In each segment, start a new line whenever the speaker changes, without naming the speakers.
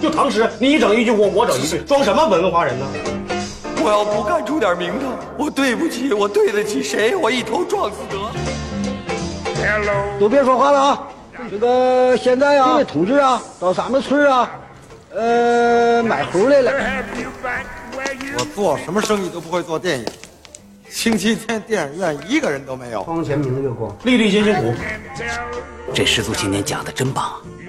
就唐诗，你一整一句，我我整一 句，装什么文化人呢？
我要不干出点名堂，我对不起，我对得起谁？我一头撞死得了。
都别说话了啊！这个现在啊，这位同志啊，到咱们村啊，呃，买猴来了。
我做什么生意都不会做电影，星期天电影院一个人都没有。
光前明月光，
粒粒皆辛苦，
这师祖今年讲的真棒啊！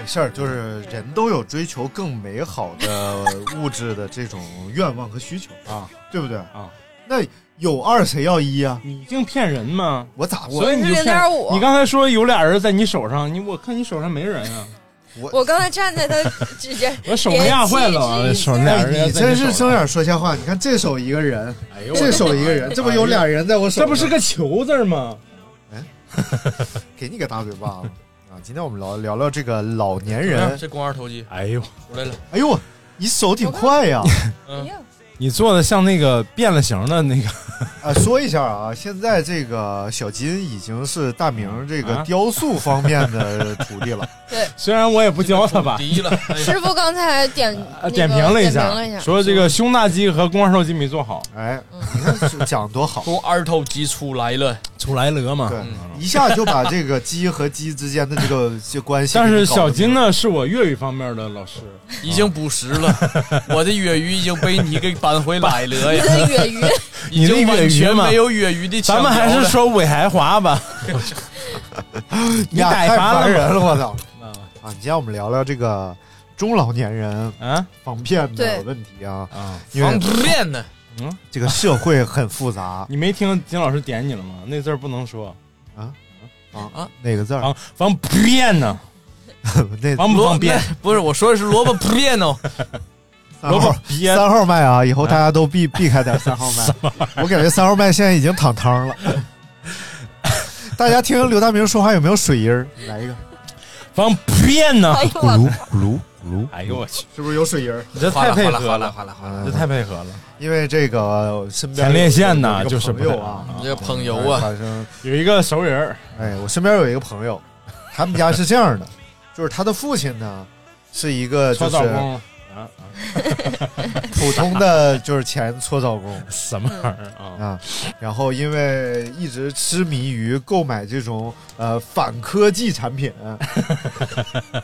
没事儿，就是人都有追求更美好的物质的这种愿望和需求
啊，
对不对
啊？
那有二谁要一啊？
你净骗人嘛！
我咋我
所以你就骗
0.5
你刚才说有俩人在你手上，你我看你手上没人 啊，
我刚才站在他指尖，
我手上压坏了，啊手上俩
哎，
人在
你
你
真是
手上
睁眼说瞎话！你看这手一个人，
哎
这手一个人，这不有俩人在我手
这
上？
不是个球字吗？
给你个大嘴巴子啊！今天我们聊聊聊这个老年
哎
人。
这肱二头肌
哎呦，
出来了，
哎呦，你手挺快呀！
哎呀，
你做的像那个变了形的那个，
啊，说一下啊，现在这个小金已经是大明这个
啊
雕塑方面的徒弟了。
虽然我也不教他吧，
第一了，哎呀
师傅刚才点
啊点评了一下，说这个胸大肌和肱二头肌没做好，
哎，你看讲多好，
肱二头肌出来了，
出来了嘛。
对，一下就把这个鸡和鸡之间的这个这关系。
但是小金？呢，是我粤语方面的老师，
已经补时 了，我的粤语已经被你给扳回来了哎呀，
粤语
已
你的
经完
粤语
全
嘛
没有粤语的腔
咱
调
们
了，
还是 说韦海华吧。
你
你
太
逮乏了吗
烦人了，我操！
啊
啊，今天我们聊聊这个中老年人
啊
防骗的
对
问题啊，
啊！
因
防
为
骗呢，
这个社会很 复杂。
你没听金老师点你了吗？那字儿不能说，
啊
啊，
哪个字儿？
防防骗呢，
那
防不
萝
方便？
不是我说的是萝卜骗哦呢，
三 号
憋
三号麦啊，以后大家都避避开点三号 麦。我感觉三号麦现在已经躺汤了。大家听刘大明说话有没有水音儿？来一个，
防骗呢？
哎呦我，
咕噜咕噜，
哎呦我去，
是不是有水音儿？
你这
哗
太
啦
配
哗啦
合
哗啦
了，
哗啦哗啦，
这太配合了。
因为这个身边
前列腺呢
有一个
就是不
朋
太
友啊，
你这捧油啊，
反正
有一个熟人儿，
哎，我身边有一个朋友，他们家是这样的， 就是他的父亲呢是一个就
搓澡
是
工啊，啊
普通的就是前搓澡工，
什么玩意儿啊？
啊，然后因为一直痴迷于购买这种呃反科技产 品，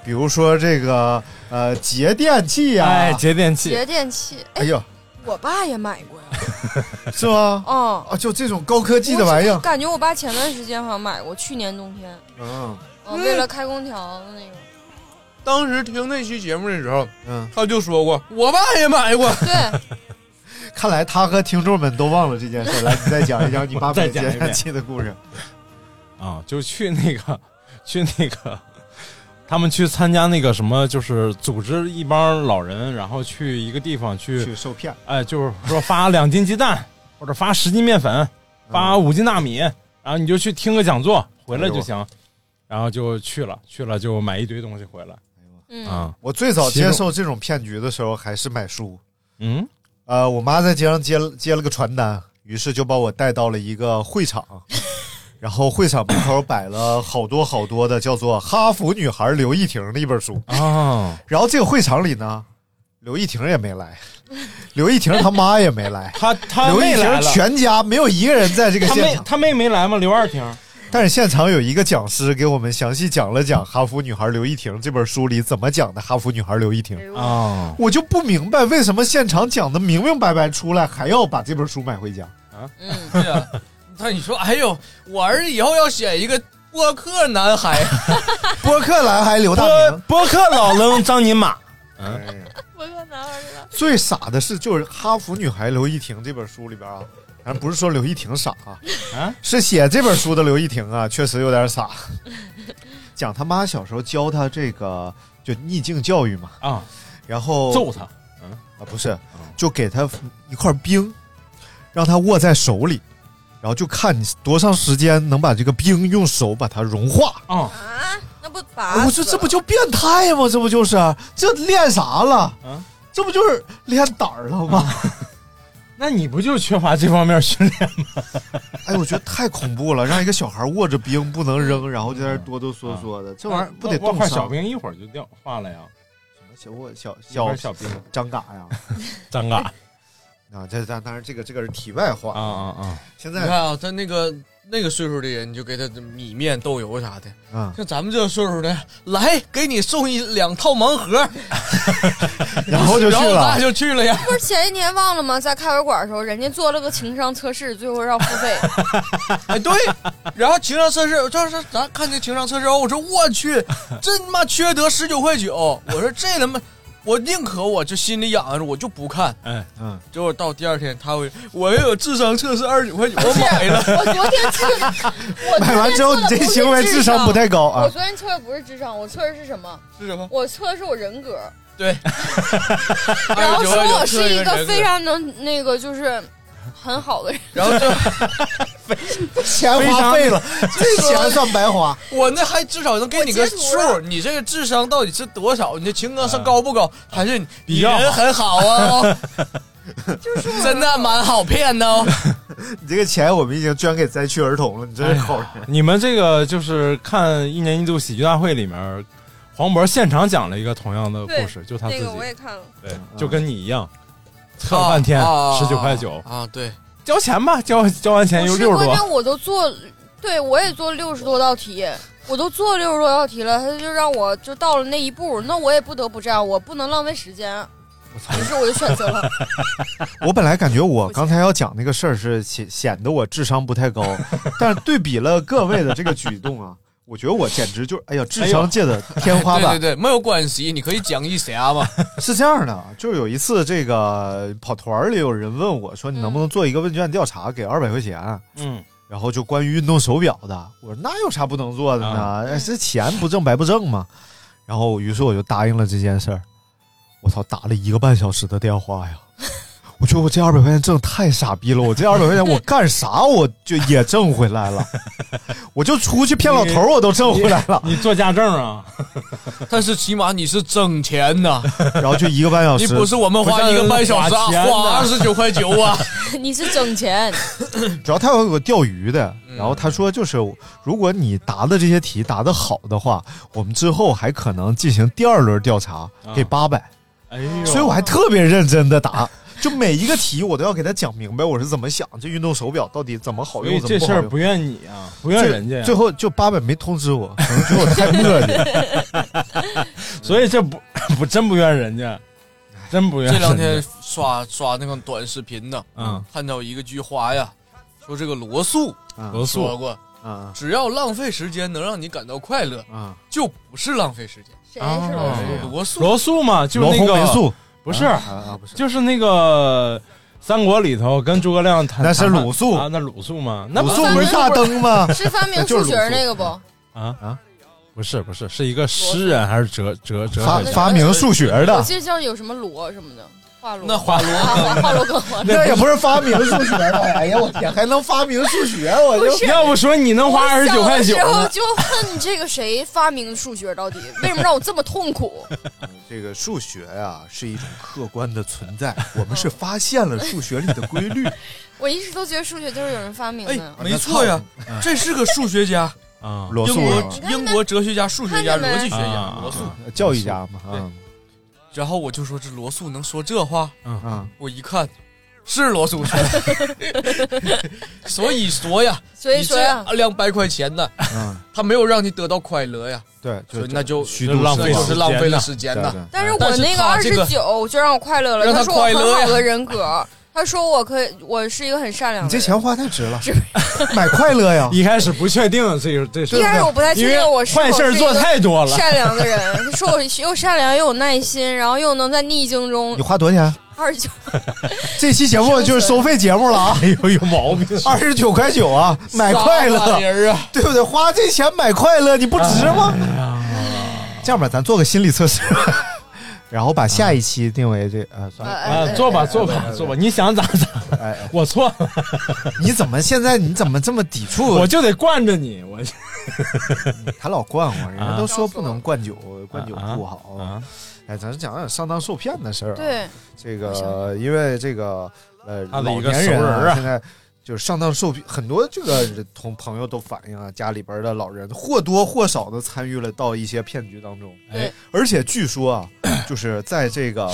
比如说这个呃节电器呀、
哎，节电器
节电器，
哎
哎，
呦，
我爸也买过呀，
是吗？
哦，
啊，就这种高科技的玩意
我
儿，
感觉我爸前段时间好像买过，去年冬天，
嗯
哦为了开空调的那个，
当时听那期节目的时候，
嗯，
他就说过，我爸也买过，
对，
看来他和听众们都忘了这件事。来，你再讲 一讲你爸
我再
买
讲一
节
遍
电器的故事。
啊，就去那个， 去那个，他们去参加那个什么，就是组织一帮老人，然后去一个地方去，
去受骗，
哎，就是说发两斤鸡蛋， 或者发十斤面粉，
嗯
发五斤大米，然后你就去听个讲座，回来就
哎
行。然后就去了，去了就买一堆东西回来
嗯，
啊。
我最早
其中
接受这种骗局的时候还是买书，
嗯，
呃，我妈在街上接了接了个传单，于是就把我带到了一个 会场，然后会场门口摆了好多好多的叫做《哈佛女孩刘亦婷》的一本书。
哦，，
然后这个会场里呢，刘亦婷也没来，刘亦婷她妈也没来
他 他
刘亦
妹来
婷
了，
全家没有一个人在这个
他
现
妹
场。
他妹没来吗？刘二婷，
但是现场有一个讲师给我们详细讲了讲《哈佛女孩刘亦婷》这本书里怎么讲的《哈佛女孩刘亦婷》。
哦，
我就不明白为什么现场讲的明明白白出来，还要把这本书买回家。
对哎呀，他你说，哎呦，我儿子以后要选一个播客男孩，啊
博客来还刘大
博
明。
博客老愣张尼玛，
我可男儿了，
哎最傻的是，就是《哈佛女孩刘亦婷》这本书里边啊，咱不是说刘亦婷傻啊，
啊
是写这本书的刘亦婷啊，确实有点傻。讲他妈小时候教他这个就逆境教育嘛，
啊，
然后
揍他，嗯
啊不是，就给他一块冰，让他握在手里，然后就看你多长时间能把这个冰用手把它融化。
啊，
那不把
我说这不就变态吗？这不就是这练啥了？
嗯
这不就是练胆儿了吗？
那你不就缺乏这方面训练吗？
哎，我觉得太恐怖了，让一个小孩握着冰不能扔，然后在那儿哆哆嗦嗦的，这玩意儿不得冻
画
伤？
小兵一会儿就掉化了呀，
小我小
一会
小
儿小兵
张嘎呀？
尴尬
啊，这当当然这个这个是题外话
啊啊啊！
现
你
在
看啊，他那个那个岁数的人，你就给他米面、豆油啥的。
啊，
像咱们这岁数的，来给你送一两套盲盒，
然后就去
然后
了
那。就去了呀。
不是前一天忘了吗？在咖啡馆的时候，人家做了个情商测试，最后要付费。
哎，对，然后情商测试，这这咱看这情商测试哦后，我说我 去，这他妈缺德十九块九，我说这他妈，我宁可我就心里痒痒，我就不看。
哎，
嗯，
结果到第二天，他会我又有智商测试二十九块九， 我买了。
我昨天测的，我昨天
买完之后，你
测的
这
不是
行为智商不太高
我
啊！
昨天测的不是智商，我测的是什么？
是什么？
我测的是我人格，
对，哎
然后说我是一
29.9
个非，常能那个就是很好的人。
然后就
钱花费了，这钱算白花。
我那还至少能给你个
我截图了
数，你这个智商到底是多少？你这情商高不高？还是你
比
你
较好
人很好啊？就是真的蛮好骗的哦。
你这个钱我们已经捐给灾区儿童了，你真是好
哎
人。
你们这个就是看一年一度喜剧大会里面，黄渤现场讲了一个同样的故事，就他自
那
己
个，我也看了，
对，就跟你一样，测了半天十九块九，
嗯啊，对，
交钱吧，交交完钱
不
又
是
六十
关
多，
键我都做，对我也做六十多道题。我都做六十多道题了，他就让我就到了那一步，那我也不得不这样，我不能浪费时间，啊于是我就选择了。
我本来感觉我刚才要讲那个事儿是显显得我智商不太高， 但是对比了各位的这个举动啊，我觉得我简直就是哎呀，智商界的天花
哎对
板。
对 对，没有关系，你可以讲一啥嘛？
是这样的啊，就是有一次这个跑团儿里有人问我说，你能不能做一个问卷调查，给二百块钱？
嗯，
然后就关于运动手表的，我说那有啥不能做的
啊
呢？哎这钱不挣白不挣嘛。然后于是我就答应了这件事儿。我操，打了一个半小时的电话呀！我觉得我这二百块钱挣得太傻逼了，我这二百块钱我干啥我就也挣回来了，我就出去骗老头儿我都挣回来了。
嗯
你做家政啊，
但是起码你是挣钱呐，
然后就一个半小
你
时，
不是 我们花一个半小时啊
不像人家花钱呐
花二十九块九啊？
你是整钱，
主要他有个钓鱼的，
嗯
然后他说就是，如果你答的这些题答的好的话，我们之后还可能进行第二轮调查，
啊
给八百。
哎呦，
所以我还特别认真的答，就每一个题我都要给他讲明白我是怎么想，这运动手表到底怎么好
所以
用，怎
这
么不
事
好
儿
用。
不怨你啊，不怨人家呀
最，后就八百没通知我，可能觉得我太磨 叽。
所以这不 不真不怨人家，真不怨。
这两天，刷刷那个短视频呢，
嗯，
看到一个菊花呀，说这个罗素
嗯罗
说
素
过，
啊
只要浪费时间能让你感到快乐，
啊！
就不是浪费时间。
谁
哦
是啊老师？
罗素，
罗素嘛，就是
罗
那
红
个
霉素
不是，
啊
嗯
啊不是
就是那个三国里头跟诸葛亮谈，
那是
谈判
鲁肃
啊，那鲁肃嘛，那
鲁
不
肃不是大灯吗？
是发 明数学那个不？
啊
啊，
不是不是，是一个诗人还是哲哲哲
发
学家？
发明数学
我
的，
记得叫有什么罗什么的，华罗。
那华罗
啊
嗯
华罗庚，华罗
那也不是发明数学的。 哎呀，我天，还能发明数学？我就
要不说你能花二十九块九
我小的时候
呢？
就恨这个谁发明的数学到底，为什么让我这么痛苦？
这个数学呀、是一种客观的存在，我们是发现了数学里的规律。
我一直都觉得数学就是有人发明
哎
的。，
没错
啊
呀，这是个数学家，
啊，
罗
英
素
国
你看
英国哲学家、数学家、
看见没
逻辑学家
啊
罗素。
教育家嘛，啊
然后我就说这罗素能说这话，
啊，
我一看是罗素说的，所以说呀，
所以说呀
你，这两百块钱呢，
嗯
他没有让你得到快乐呀，
对，就
所以那就
虚
就
度
浪费
这
时
就
光
是
时
浪费
间
了
呐
时间
对
呐。
对
但是
但
我
是
那个
他
二
这
十
个
九就让我快乐了，
让他
说我
快乐
很
呀
好的人格，他说我可以，我是一个很善良
你
的
这
人。
钱花太值了，买快乐呀！
一开始不确定这个这事
一开始我不太
因
确
为
定我是否
坏事儿
是一
做
个
太多 了。
善良的人， 说我又善良又有耐心，然后又能在逆境中
你花多少钱？啊
二十九，
这期节目就是收费节目了啊！
哎呦，有毛病！
二十九块九啊，买快
啥玩意
乐，
儿啊！
对不对？花这哎钱买快乐，你不值吗？这样吧，咱做个心理测试， 然后把下一期定为这呃，
哎
算了
啊，做吧做吧做吧，你想咋咋，
哎
我错了。
你怎么现在你怎么这么抵触？
我就得惯着你，我就
他老惯我，人家
啊
都说不能灌酒，灌酒不好。
啊啊
哎，咱讲讲上当受骗的事儿、啊。
对，
这个因为这个呃
他的
老
一个
年人
熟人啊
现在就是上当受骗，很多这个同朋友都反映啊，家里边的老人或多或少的参与了到一些骗局当中。
哎
对，
而且据说啊，就是在这个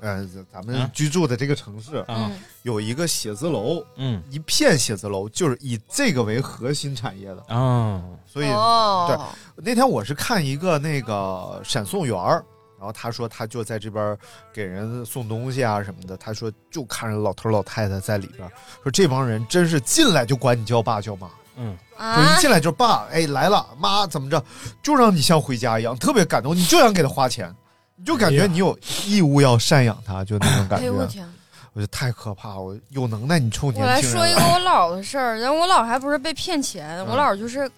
呃咱们
嗯
居住的这个城市
嗯
有一个写字楼，
嗯
一片写字楼就是以这个为核心产业的。
啊，
所以、
哦
对，那天我是看一个那个闪送员儿，然后他说他就在这边儿给人送东西啊什么的，他说就看着老头老太太在里边儿，说这帮人真是进来就管你叫爸叫妈，
嗯，
就
啊
一，进来就是爸，哎来了妈怎么着，就让你像回家一样，特别感动，你就想给他花钱。你就感觉你有义务要赡养他，就那种感
哎
觉，
呦我
我觉
天！
得太可怕。我有能耐，你冲年
我来
轻人
说一个
来
我姥的事儿，然后我姥还不是被骗钱，我姥就是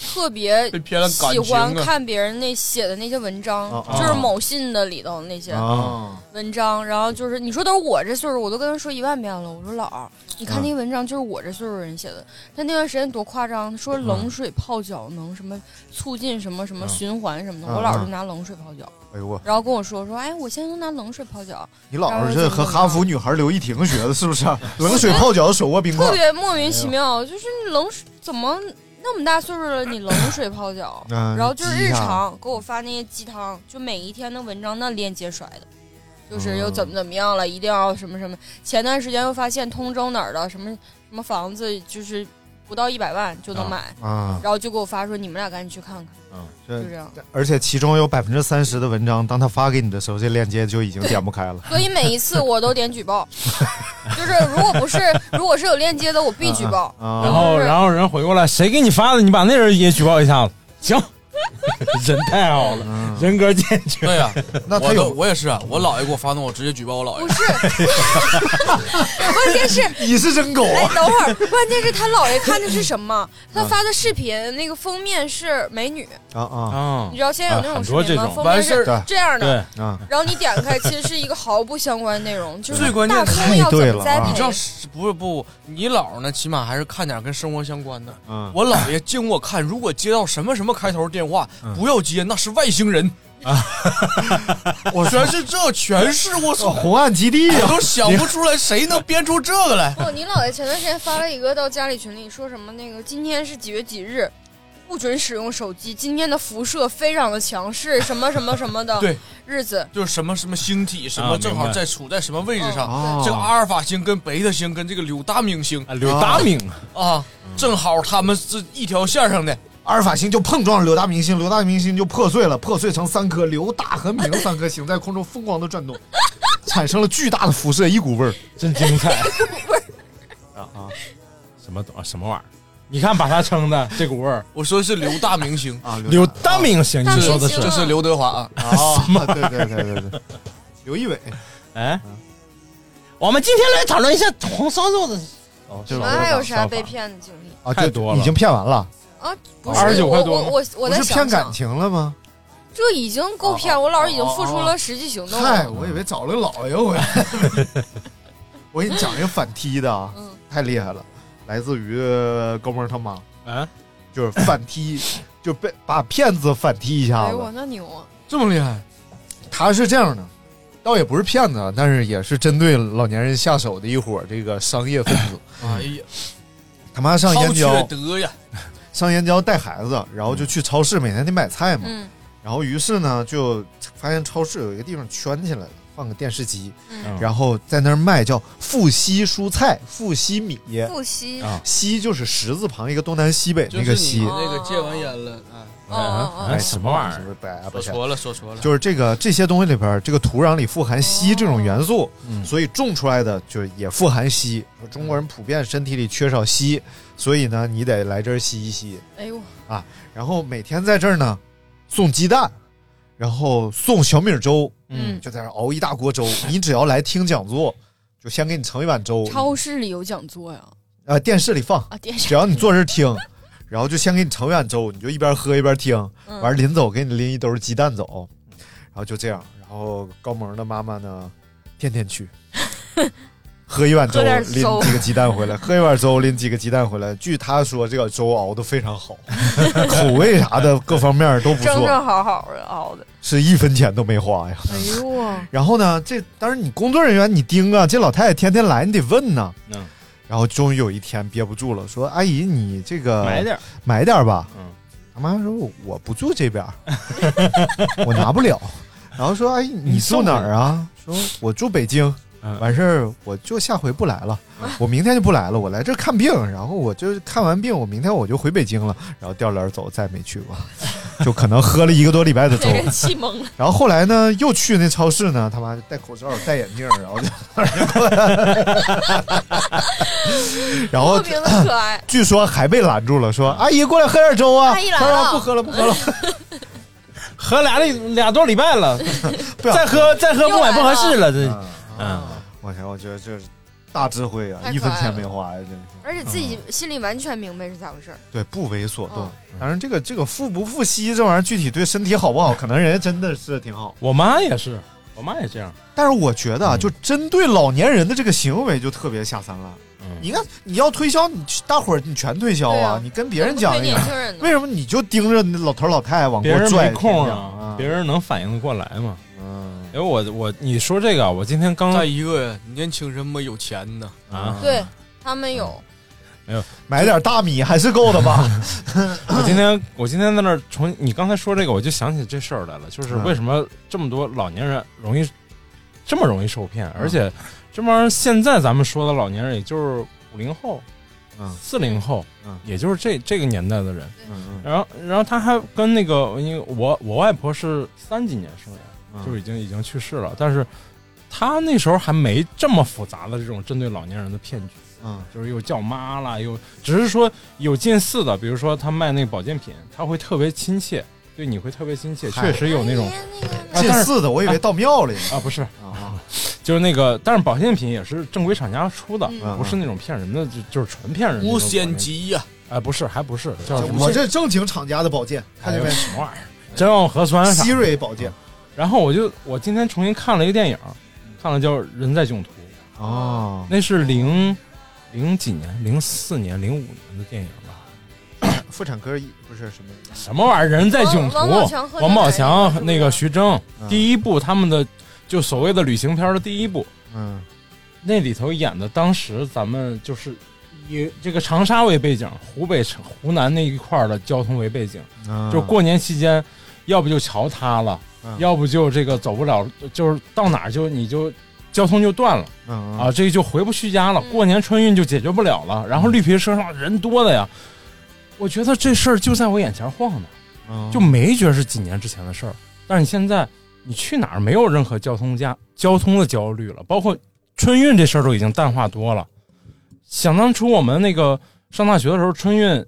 特别
被骗了感
喜
情
欢
啊！
看别人那写的那些文章
啊，
就是某信的里头那些
啊，
文章，然后就是你说都是我这岁数，我都跟他说一万遍了，我说姥儿，你看那文章就是我这岁数人写的，他那段时间多夸张，说冷水泡脚能什么促进什么什么循环什么的，
嗯
我姥就拿冷水泡脚，
哎呦我，
然后跟我说说，哎，我现在都拿冷水泡脚，
你姥姥这和哈佛女孩刘亦婷学的，是不是？啊 冷水泡脚，手握冰块，
特。别莫名其妙，就是你冷水怎么那么大岁数了，你冷水泡脚
嗯
然后就是日
鸡
常给我发那些鸡汤，就每一天的文章那链接甩的，就是
嗯
又怎么怎么样了，一定要什么什么。前段时间又发现通州哪儿的什么什么房子，就是不到一百万就能买，
啊，
然后就给我发说你们俩赶紧去看看，
这
就 这样。
而且其中有百分之三十的文章，当他发给你的时候，这链接就已经点不开 了。
所以每一次我都点 举报，就是如果不是如果是有链接的，我必举报。
啊
然后然后人回过来，谁给你发的？你把那人也举报一下子。行， 人太好了，人格健全。
嗯对啊呀、
那他
我都
有
我也是啊，我姥爷给我发怒，我直接举报我姥
不
爷。
是， 关键是
你是真狗
哎
啊，！
等会儿，关键是他姥爷看的是什么？他发的视频那个封面是美女，
啊啊
啊
你知道现在有那
啊
种
很
视
多
频
这
吗？
种
封
完
面
事
是
儿
对
这样的，
对，
啊！
然后你点开其实是一个毫不相关内容，就是
最关键
大
是
葱要
太对
怎
了
么栽
啊
培
你知道是不是不？你姥儿呢，起码还是看点跟生活相关的。
嗯
我姥爷经我看，如果接到什么什么开头电话，
嗯
不要接，那是外星人。
啊
我全是这，全是我操，
红岸基地
我
啊，
都想不出来谁能编出这个 来。
哦不，你姥爷前段时间发了一个到家里群里说什么那个今天是几月几日，不准使用手机，今天的辐射非常的强势，什么什么什么 的
对，
日子。
就是什么什么星体，什
啊
么
明白
正好在处在什么位置上，
哦
这个阿尔法星跟贝塔星跟这个柳大明星
啊，刘大明，
啊，正好他们是一条线上的。
阿尔法星就碰撞了刘大明星，刘大明星就破碎了，破碎成三颗刘大和明三颗星在空中疯狂的转动，产生了巨大的辐射，一股味儿。
真精 彩。 啊啊，什么啊什么玩意儿？你看把他撑的这股味儿，
我说是刘大明星
啊刘
刘大明星， 你
大
说
明
的
星
是
这是刘德华啊，
啊，对对对对对，刘仪伟，
哎，我们今天来讨论一下红烧肉的。
哦，
你
这
们哎还有啥被骗的经历
啊？
太多了
已经骗完了，
啊？不是，
29块
我
多
我我我
不
在
是骗
想
感
想，
情了吗？
这已经够
哦
骗，我姥儿已经付出了实际行动了。
嗨，我以为找了个老爷回来。 我给你讲一个反踢的啊，
嗯
太厉害了，来自于高梦他妈，
啊，
就是反踢，就被把骗子反踢一下
哎
子
呦。我那牛啊！
这么厉害，
他是这样的，倒也不是骗子啊，但是也是针对老年人下手的一伙这个商业分 子。
哎呀，
他妈上
超
燕
缺
郊，
德呀！
上燕郊带孩子，然后就去超市，每天得买菜嘛。
嗯
然后于是呢，就发现超市有一个地方圈起来了，放个电视机，
嗯，
然后在那儿卖叫富硒蔬菜、富硒米。
嗯不惜
啊
西就是十字旁一个东南西北那个西，
哦
那个戒完烟了，哎，
哦哦
哎
哦，
什么玩意儿
是不是白啊不
说
是
错了，说错了，
就是这个这些东西里边儿，这个土壤里富含硒这种元素，
嗯
所以种出来的就是也富含硒。中国人普遍身体里缺少硒，所以呢，你得来这儿吸一吸。
哎呦，
然后每天在这儿呢，送鸡蛋，然后送小米粥，
嗯，
就在这儿熬一大锅粥。你只要来听讲座，就先给你盛一碗粥，
超市里有讲座呀，
呃，电视里放，
啊，电
只
视
要你坐这儿听，然后就先给你盛碗粥，你就一边喝一边听，
嗯
完了临走给你拎一兜鸡蛋走，然后就这样，然后高萌的妈妈呢，天 天去。喝一碗粥，
喝点
拎
粥
几个鸡蛋回来；喝一碗粥，拎几个鸡蛋回来。据他说，这个粥熬的非常好， 口味啥的各方面都不
正正
错，
好好的熬的。
是一分钱都没花呀。
哎呦，
然后呢，这当然你工作人员你盯啊，这老太太天天来，你得问呐、
嗯，
然后终于有一天憋不住了，说：“阿姨，你这个
买点儿
买点儿吧。”
嗯，
他妈说：“我不住这 边儿， 我拿不了。”然后说：“阿姨，你住哪儿啊？”
嗯
说：“我住北京。”完事儿我就下回不来了，
嗯
我明天就不来了，我来这儿看病，然后我就看完病，我明天我就回北京了，然后掉帘儿走，再 没去过，就可能喝了一个多礼拜的粥
被，人气懵了。
然后后来呢，又去那超市呢，他妈就戴口罩、戴眼镜，然后就， 然后
莫名的可爱
据说还被拦住了，说：“阿姨过来喝点粥啊！”
阿姨来
他说
了
不喝了，不喝了，
喝俩礼俩多礼拜了，
要
再喝再喝不买不合适了，这
嗯，我天，我觉得这是大智慧啊
太可爱，了
一分钱没花呀，真是。
而且自
嗯
己心里完全明白是咋回事儿。
对，不为所动。嗯当然，这个这个复不复吸这玩意儿，具体对身体好不好，可能人家真的是挺好。
我妈也是，我妈也这样。
但是我觉得啊，就针对老年人的这个行为，就特别下三滥。
嗯
你看，你要推销，你大伙儿你全推销
对
啊
啊，
你跟别人讲一
怎么推年轻
讲
人，呢
为什么你就盯着那老头老太太往
别
过
人
拽？啊
没空
这样
啊，别人能反应得过来吗？嗯，因为我我你说这个啊，我今天刚
再一个，年轻人么有钱呢
啊，
对他们有，
没有
买点大米还是够的吧？嗯
我今天我今天在那儿从你刚才说这个，我就想起这事儿来了，就是
嗯
为什么这么多老年人容易这么容易受骗，
嗯
而且这帮人现在咱们说的老年人，也就是五零后、
嗯，
四零后，
嗯，
也就是这这个年代的人。
嗯
然后然后他还跟那个因为我我外婆是三几年生
嗯
人，就已经已经去世了，但是他那时候还没这么复杂的这种针对老年人的骗局。
嗯，
就是又叫妈啦，又只是说有近似的，比如说他卖那保健品，他会特别亲切，对你会特别亲切，
嗨
确实有那
哎
哎
种啊
近
但是
似的，我以为到庙里
啊，不是
啊，
就是那个，但是保健品也是正规厂家出的，
嗯
不是那种骗人的，就就是纯骗人的那种
无
保健
险
品。
极呀，
哎，不是，还不是，叫什么
我这正经厂家的保健，看
还
见
有
没？
什么玩意儿？珍奥核酸啥的
希瑞保健。
然后我就我今天重新看了一个电影，看了叫《人在囧途》，
哦，
那是零零几年，零四年、零五年的电影吧。
妇产科医不是什么
什么玩意儿？人在囧途
王王宝强和，
王宝强那个徐峥
嗯
第一部他们的就所谓的旅行片的第一部，
嗯，
那里头演的当时咱们就是以这个长沙为背景，湖北城湖南那一块儿的交通为背景，
啊
就过年期间，要不就桥塌了，
嗯
要不就这个走不了，就是到哪儿就你就交通就断了。
嗯
啊，这个就回不去家了，过年春运就解决不了了。然后绿皮车上人多的呀，我觉得这事儿就在我眼前晃呢，
嗯
就没觉得是几年之前的事儿。但是你现在你去哪儿没有任何交通加交通的焦虑了，包括春运这事儿都已经淡化多了。想当初我们那个上大学的时候，春运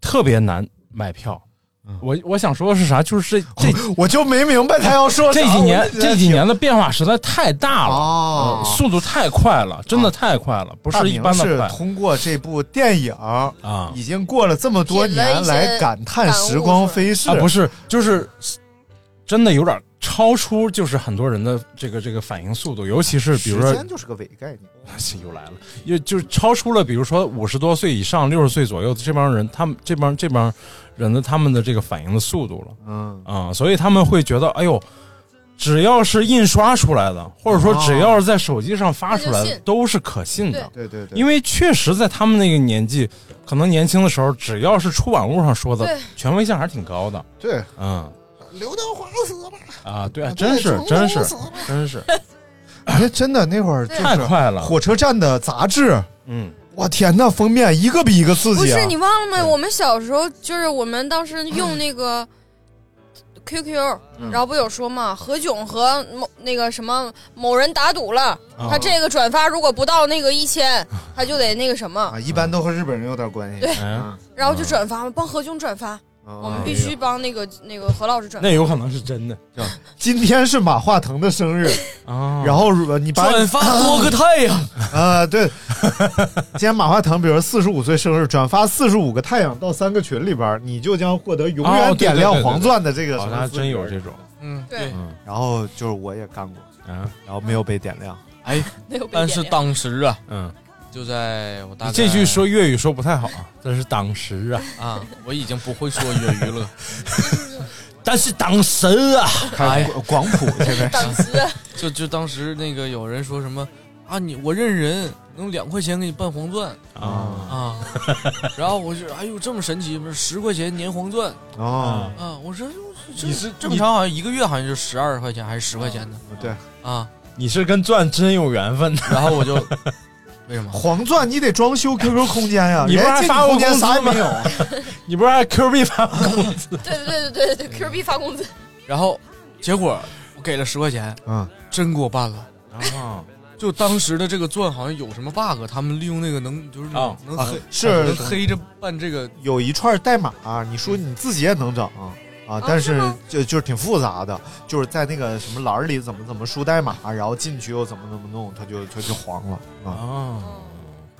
特别难买票。我我想说的是啥？就是这这
我就没明白他要说 啥
这几年
我就在
这几
听
年的变化实在太大了，
哦
嗯速度太快了，真的太快了，不
大
是一
明
般的
是
快。
通过这部电影啊，已经过了这么多
品了一
年
些
来感叹时光飞逝，
啊，不是，就是真的有点超出，就是很多人的这个这个反应速度，尤其是比如说
时间就是个伪概念。
又来了，又就是超出了，比如说五十多岁以上、六十岁左右的这帮人，他们这帮这帮人的他们的这个反应的速度了，
嗯
啊、所以他们会觉得，哎呦，只要是印刷出来的，或者说
哦
只要是在手机上发出来
那就
的
信，
都是可信的。
对对对，
因为确实在他们那个年纪，可能年轻的时候，只要是出版物上说的
对，
权威性还是挺高的。
对，
嗯
刘德华死了，
啊，对啊，
啊
真是
对
真是
成龙
真是，
哎，真的那会儿就是
太快了
火车站的杂志，
嗯，
我天呐，封面一个比一个刺
不
激啊！
是你忘了吗？我们小时候就是我们当时用那个 QQ，、
嗯
然后不有说嘛，何炅和某那个什么某人打赌了，
啊
他这个转发如果不到那个 一千，他就得那个什么
啊，，一般都和日本人有点关系。哦
对
哎
嗯
然后就转发嘛，帮何炅
哎
转发，我们必须帮那个那个何老师转发。
可能是真的。
今天是马化腾的生日
啊，
然后如果你把
转发多个太 阳
啊，对，今天马化腾，比如四十五岁生日，转发四十五个太阳到三个群里边，你就将获得永
哦
远
对
点
对
亮
对对
黄钻的这个
好
什
像
么
还
资格。
真有这种
嗯
对
嗯，然后就是我也干过，
嗯，
然后没有被点亮，
哎
没有被
但是
点亮
当时啊，
嗯，
就在我大概
你这句说粤语说不太好啊，这是当时啊，
啊，我已经不会说粤语了。
但是当时啊，
哎呀，
广普这边
当时
就就当时那个有人说什么啊，你我认人，用两块钱给你办黄钻啊啊，然后我就哎呦这么神奇，不是十块钱粘黄钻
哦
啊，我说这
你是
正常，好像一个月好像就十二块钱还是十块钱的
对
啊，
你是跟钻真有缘分。
然后我 就为什么？
黄钻你得装修 QQ 空间
啊
呀，
你不是
人
还
家
发
这
过
空间
工资
啥也没有，
吗 你不是还 Q 币发过工资？
对对对对对对，Q 币发工资，
嗯然后结果我给了十块钱，
嗯，
真给我办了。
啊，
就当时的这个钻好像有什么 bug，他们利用那个能就是能、
啊
能
啊
黑
是
能黑着办这个
有一串代码、你说你自己也能整啊，但是就就是挺复杂的，就是在那个什么栏儿里怎么怎么输代码，然后进去又怎么怎么弄，它就它就黄了啊
啊，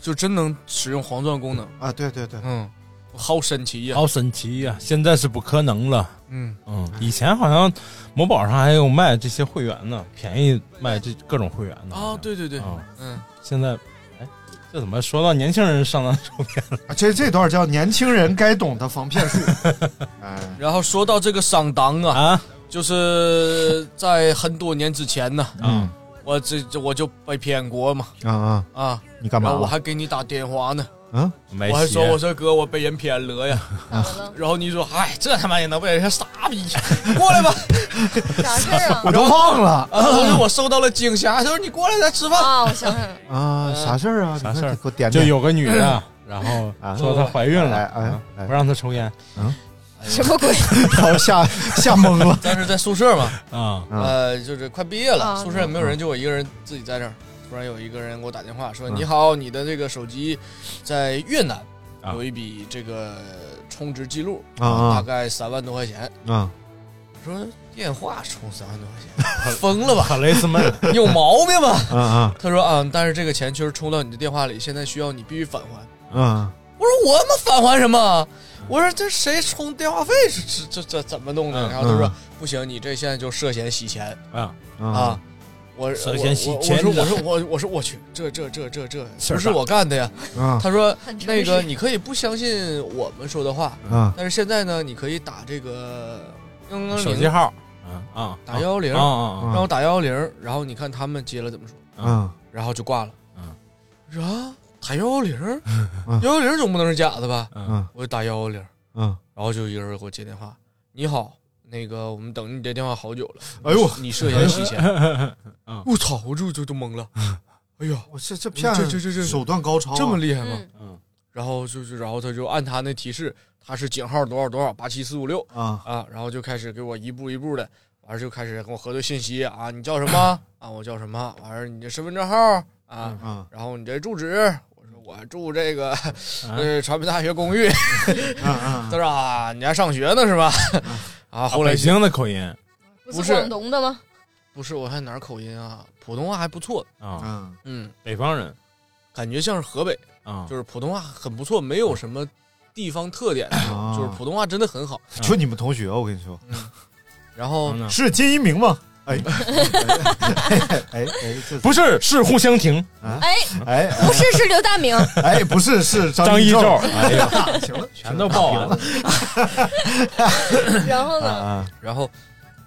就真能使用黄钻功能，
啊！对对对，
嗯，好神奇呀、
好神奇呀、现在是不可能了。
嗯
嗯，以前好像某宝上还有卖这些会员呢，便宜卖这各种会员呢。
啊！对对对，
啊
嗯，
现在，哎，这怎么说到年轻人上当受骗 了？
啊这这段叫年轻人该懂的防骗术，哎，
然后说到这个赏当啊，
啊
就是在很多年之前呢，
嗯
我这这我就被骗过嘛
啊啊，
啊，
你干嘛
然后我
了？
还给你打电话呢，
嗯，
没啊
我还说
哎鞋
我说哥我被人骗了呀，
咋的了？
然后你说哎这他妈也能被人傻逼，过来吧，
啥事儿啊？
我都忘了
啊，我说我受到了惊吓，他说你过来咱吃饭，
啊，我想想，
啊，啥事儿啊？
啥事
你
儿
看给我点
就
点
有个女 的，然后
啊
说她怀孕了，
哎哎
啊
哎
不让她抽烟
什 么鬼？
然后吓吓懵了，
当时在宿舍嘛，
啊。
呃，就是快毕业了，
啊
宿舍也没有
嗯
人，就我一个人自己在这儿。突然有一个人给我打电话说：“你好，你的这个手机在越南
啊
有一笔这个充值记录，
啊啊
大概三万多块钱。
啊”
我说：“电话充三万多块钱，疯了吧？
卡雷斯曼，
你有毛病吧
啊啊？”
他说：“啊，但是这个钱确实充到你的电话里，现在需要你必须返还。”
啊！
我说：“我他妈返还什么？”我说：“这谁充电话费？这这这这怎么弄的？”
嗯
然后他说
嗯：“
不行，你这现在就涉嫌洗钱。”
啊，
啊，，我
首
我
先洗
我
钱
我
的
说我说我我说我去，这这这这这
事儿
不是
大
我干 的呀。
啊
他说
很诚
那个
实
你可以不相信我们说的话，
啊
但是现在呢，你可以打这个幺幺
手机
零，
号，啊啊，
打幺幺零，
啊啊
让我打幺幺零，然后你看他们接了怎么说，
啊
然后就挂了。
嗯
然后打幺幺零，幺幺零总不能是假的吧？
啊
啊
我就打幺幺零，
啊！
然后就一个人给我接电话，你好。那个，我们等你的电话好久了。
哎呦，
你涉嫌洗钱！
啊
我操！我就就就懵了。哎呀，
我这这骗
这这这这
手段高超啊，
这么厉害吗？
嗯，
嗯
然后就是，然后他就按他那提示，他是井号多少多少八七四五六
啊
啊，然后就开始给我一步一步的，完事就开始跟我核对信息啊，你叫什么啊？我叫什么？完事你这身份证号啊，
啊
然后你这住址，我说我住这个 呃传媒大学公寓，
啊啊
他！说啊，你还上学呢是吧？啊，后来
北京的口音
不
不
是
是
广东的吗？
不是我看哪儿口音啊，普通话还不错，
啊，
嗯
嗯，
北方人
感觉像是河北，
啊，
就是普通话很不错，没有什么地方特点，
啊
就是普通话真的很 好。
就你们同学，我跟你说，
然后
嗯
是金一鸣吗？哎 哎哎，这
不是是互相停，
哎，
哎
不是，是刘大明，
哎，不是是
张
一
一
宙
宙，哎呀，
行了，
全都 报完了
然
啊
后呢？
啊
然后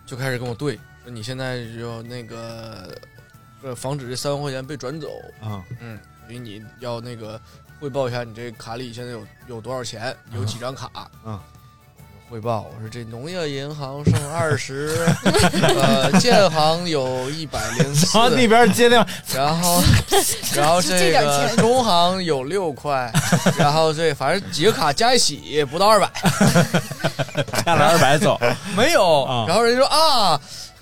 就开始跟我对，说你现在要那个，呃，防止这三万块钱被转走，
啊
嗯，所以你要那个汇报一下你这卡里现在有有多少钱，有几张卡，
嗯
汇报，我说这农业银行剩二十，呃，建行有一百零四
然，后那边 接电话，
然后，然后
就这点
个
钱
中行有六块，然后这反正几个卡加一起不到二百，
下来二百走，
没有
啊。
然后人家说啊，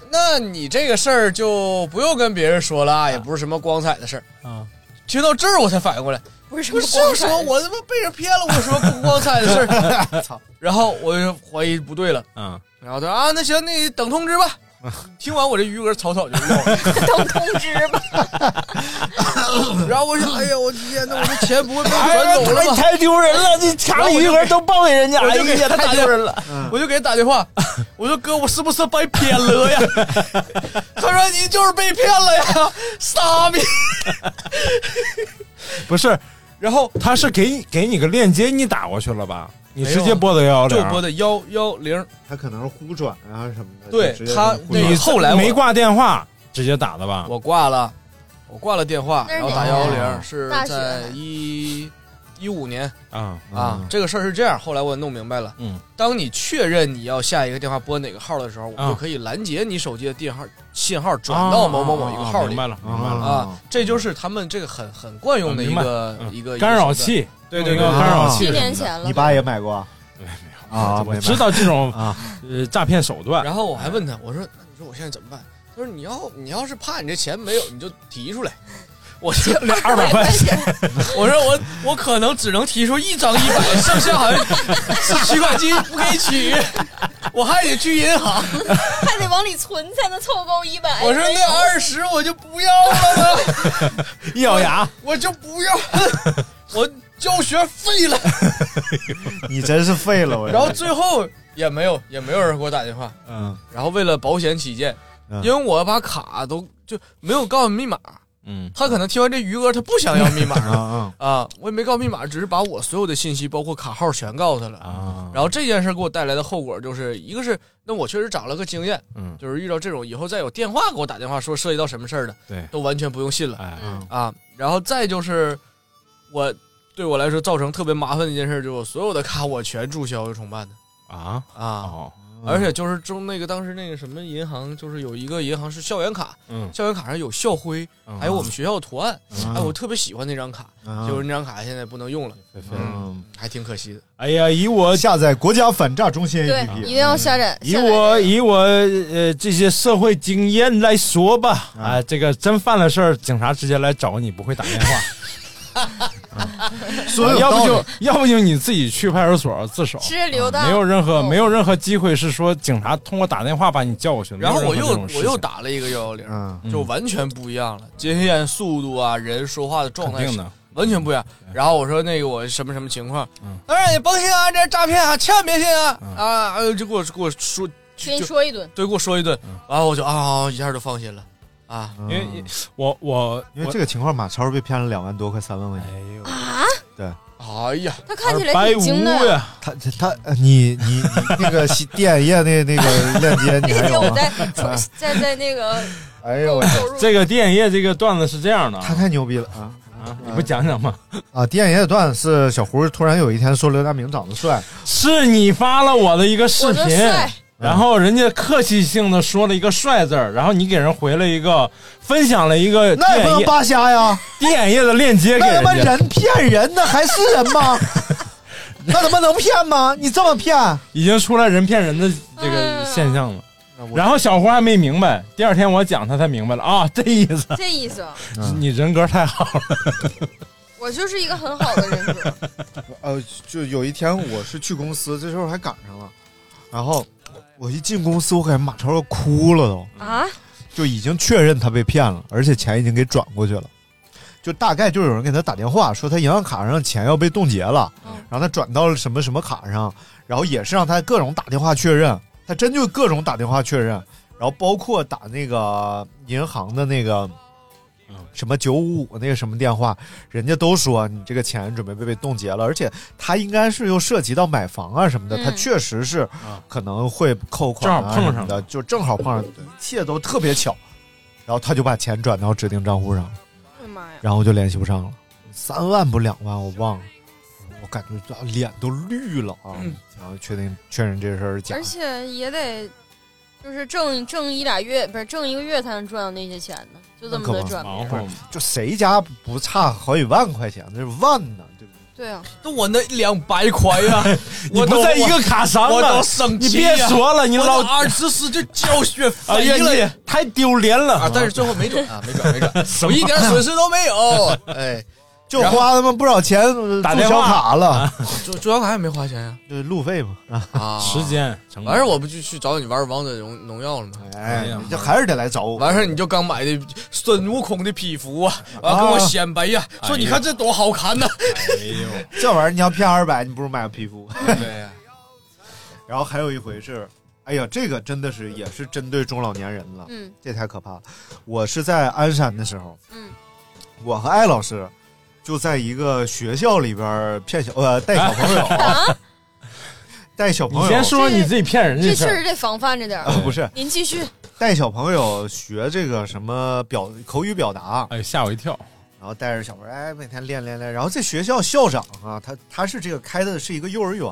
那你这个事儿就不用跟别人说了啊，也不是什么光彩的事儿。
啊，
听到这儿我才反应过来，
不是什
不
么
是
广
说
场
我他妈被人骗了，我有什么不光彩的事 儿？ 操！然后我就怀疑不对了，
嗯，
然后他说啊，那行，那等通 知吧。听完我这余额，草草就撂了。
等通知吧。
然后我想，哎呀，我天哪，我这钱不会被
哎呀
转走了吧？
太丢人了这
然
卡
后
里
我就
余额
给
都报给人家
我就
哎
给
呀
他打
太
电
丢人了
话我就给他打电话，我说哥，我是不是被骗了呀？ 他说你就是被骗了呀，傻逼！
不是，然后他是给你给你个链接，你打过去了吧？你直接拨的
没有
幺幺
啊
零，
就拨的幺幺零，
他可能是呼转啊什么的
对
就直接
他
呼转
那个后来我
没挂电话，直接打的吧？
我挂了，我挂了电话，
那是
然
哪
后打
年
幺幺
啊
零，是
大学
在一一五年
啊
啊。这个事儿是这样，后来我弄明白了，
嗯，
当你确认你要下一个电话拨哪个号的时候，我
啊
就可以拦截你手机的电号信号转到某某某一个号
啊
里。
明白了，明白了
啊，这就是他们这个很很惯用的一个
明白嗯
一个
干扰器
一个手段对嗯对对，
用一个干扰器七
年前了
你爸也买过啊？啊，
我知道这种呃诈骗手段。
然后我还问他，我说：“那你说我现在怎么办？”他说：“你要你要是怕你这钱没有，你就提出来。” 我这
二百块
钱，我说我我可能只能提出一张一百，剩下好像是取款机不给取，我还得去银行。
还得往里存才能凑够一百。哎
我说那二十我就不要了呢，
一咬牙，
我就不要，我交学费了。
你真是废了我。
然后最后也没有也没有人给我打电话，
嗯，
然后为了保险起见，
嗯
因为我把卡都就没有告诉密码，
嗯，
他可能听完这余额，他不想要密码
啊
啊，我也没告诉密码，只是把我所有的信息，包括卡号全告诉他了
啊。
然后这件事给我带来的后果就是，一个是那我确实长了个经验，
嗯
就是遇到这种以后再有电话给我打电话说涉及到什么事儿的，
对
都完全不用信了，
嗯
啊。然后再就是我对我来说造成特别麻烦的一件事，就是我所有的卡我全注销又重办的。
啊
啊！而且就是中那个当时那个什么银行，就是有一个银行是校园卡，
嗯
校园卡上有校徽，
嗯
还有我们学校的图案，
嗯
哎，我特别喜欢那张卡，
嗯
结果那张卡现在不能用了，
嗯，呃
还挺可惜的。
哎呀，以我
下载国家反诈中心
对
APP，，
一定要下载。
以我以我呃这些社会经验来说吧，啊，这个真犯了事儿，警察直接来找你，不会打电话。 啊
所有
要不
道理
就要不就你自己去派出所自首，
吃榴
啊
弹
啊没有任
哦
何没有任何机会是说警察通过打电话把你叫过去的。
然后
没有
我
任
又
何这种事
我
情
又打了一个幺幺
零，
就完全不一样了，接线速度啊，人说话的状态
肯定的
完全不一样。然后我说那个我什么什么情况，
嗯
当然也甭信啊，这诈骗啊，千万别信啊啊！哎呦就给我给我说，就
给你说一顿，
对，给我说一顿，然后我就啊一下就放心了啊，
因为
我我
因为这个情况，马超被骗了两万多，快三万块钱。哎呦啊！对，
哎呀，
他看起来挺精的呀。
他他他，呃你你你那个西电影业那那个链接，你
那
还
天
有
我
吗？
哎
在
啊
在在那个
哎呦，
这个电影业这个段子是这样的，他
太牛逼了啊！
啊，你不讲讲吗？
啊，电影业段是小胡突然有一天说刘大明长得帅，
是你发了我的一个视
我的
频
帅，
然后人家客气性的说了一个“帅”字儿，然后你给人回了一个分享了一个
那
电
也不
影
能
业
扒瞎呀，
电影业的链接给
那他
人
妈
家，
人骗人呢，还是 人吗？那他妈能骗吗？你这么骗，
已经出来人骗人的这个现象了。
嗯
然后小胡还没明白，第二天我讲他才明白了啊， 这意思，
这意思，
嗯
你人格太好了。
我就是一个很好的人格。
呃，就有一天我是去公司，这时候还赶上了，然后我一进公司，我感觉马超要哭了都。
啊，
就已经确认他被骗了，而且钱已经给转过去了。就大概就有人给他打电话说他银行卡上钱要被冻结了，然后他转到了什么什么卡上，然后也是让他各种打电话确认，他真就各种打电话确认，然后包括打那个银行的那个什么九五五那个什么电话，人家都说你这个钱准备被被冻结了，而且他应该是又涉及到买房啊什么的，
嗯
他确实是可能会扣款、啊、
正好碰上
什么的，就正好碰上，一切都特别巧，然后他就把钱转到指定账户上了，
我的妈呀！
然后就联系不上了，三万不两万我忘了，我感觉啊脸都绿了啊，
嗯
然后确定确认这事儿是假
而
的，
且也得就是挣挣一俩月，不是挣一个月才能赚到那些钱呢，就这么
可
的
不
转别人。
就谁家不差好几万块钱，那是万呢，
对啊，
那我那两百块呀、
你
我
不
都
在一个卡上
啊
吗
我都生气呀、
你别说了你老
我都二十四就交学
啊
哎
费
呀
了，
你太丢脸了
啊！但是最后没准啊，没准没准
什，
我
么
一点损失都没有。哎，
就花他妈不少钱呃
打
住
电
小
话
卡 了，
就主要卡也没花钱呀、
就路费嘛哎
啊，
时间成本
完事儿我不就去找你玩王者荣荣耀了吗？
哎呀你这还是得来找我。
完事儿你就刚买的孙悟空的披肤啊，完了给我显摆呀，
啊
说你看这多好看呐、
这玩意儿你要骗二百，你不如买个 皮肤。
对呀、
然后还有一回是，哎呀，这个真的是也是针对中老年人了，
嗯
这太可怕了。我是在鞍山的时候，
嗯，
我和艾老师就在一个学校里边儿骗小呃带小朋 友，
啊
带小朋友。
你先说你自己骗人
这
这
确实得防范着点儿
啊，不是
您继续，
带小朋友学这个什么表口语表达，
哎，吓我一跳。
然后带着小朋友，哎，每天练练练。然后这学校校长啊，他他是这个开的是一个幼儿园，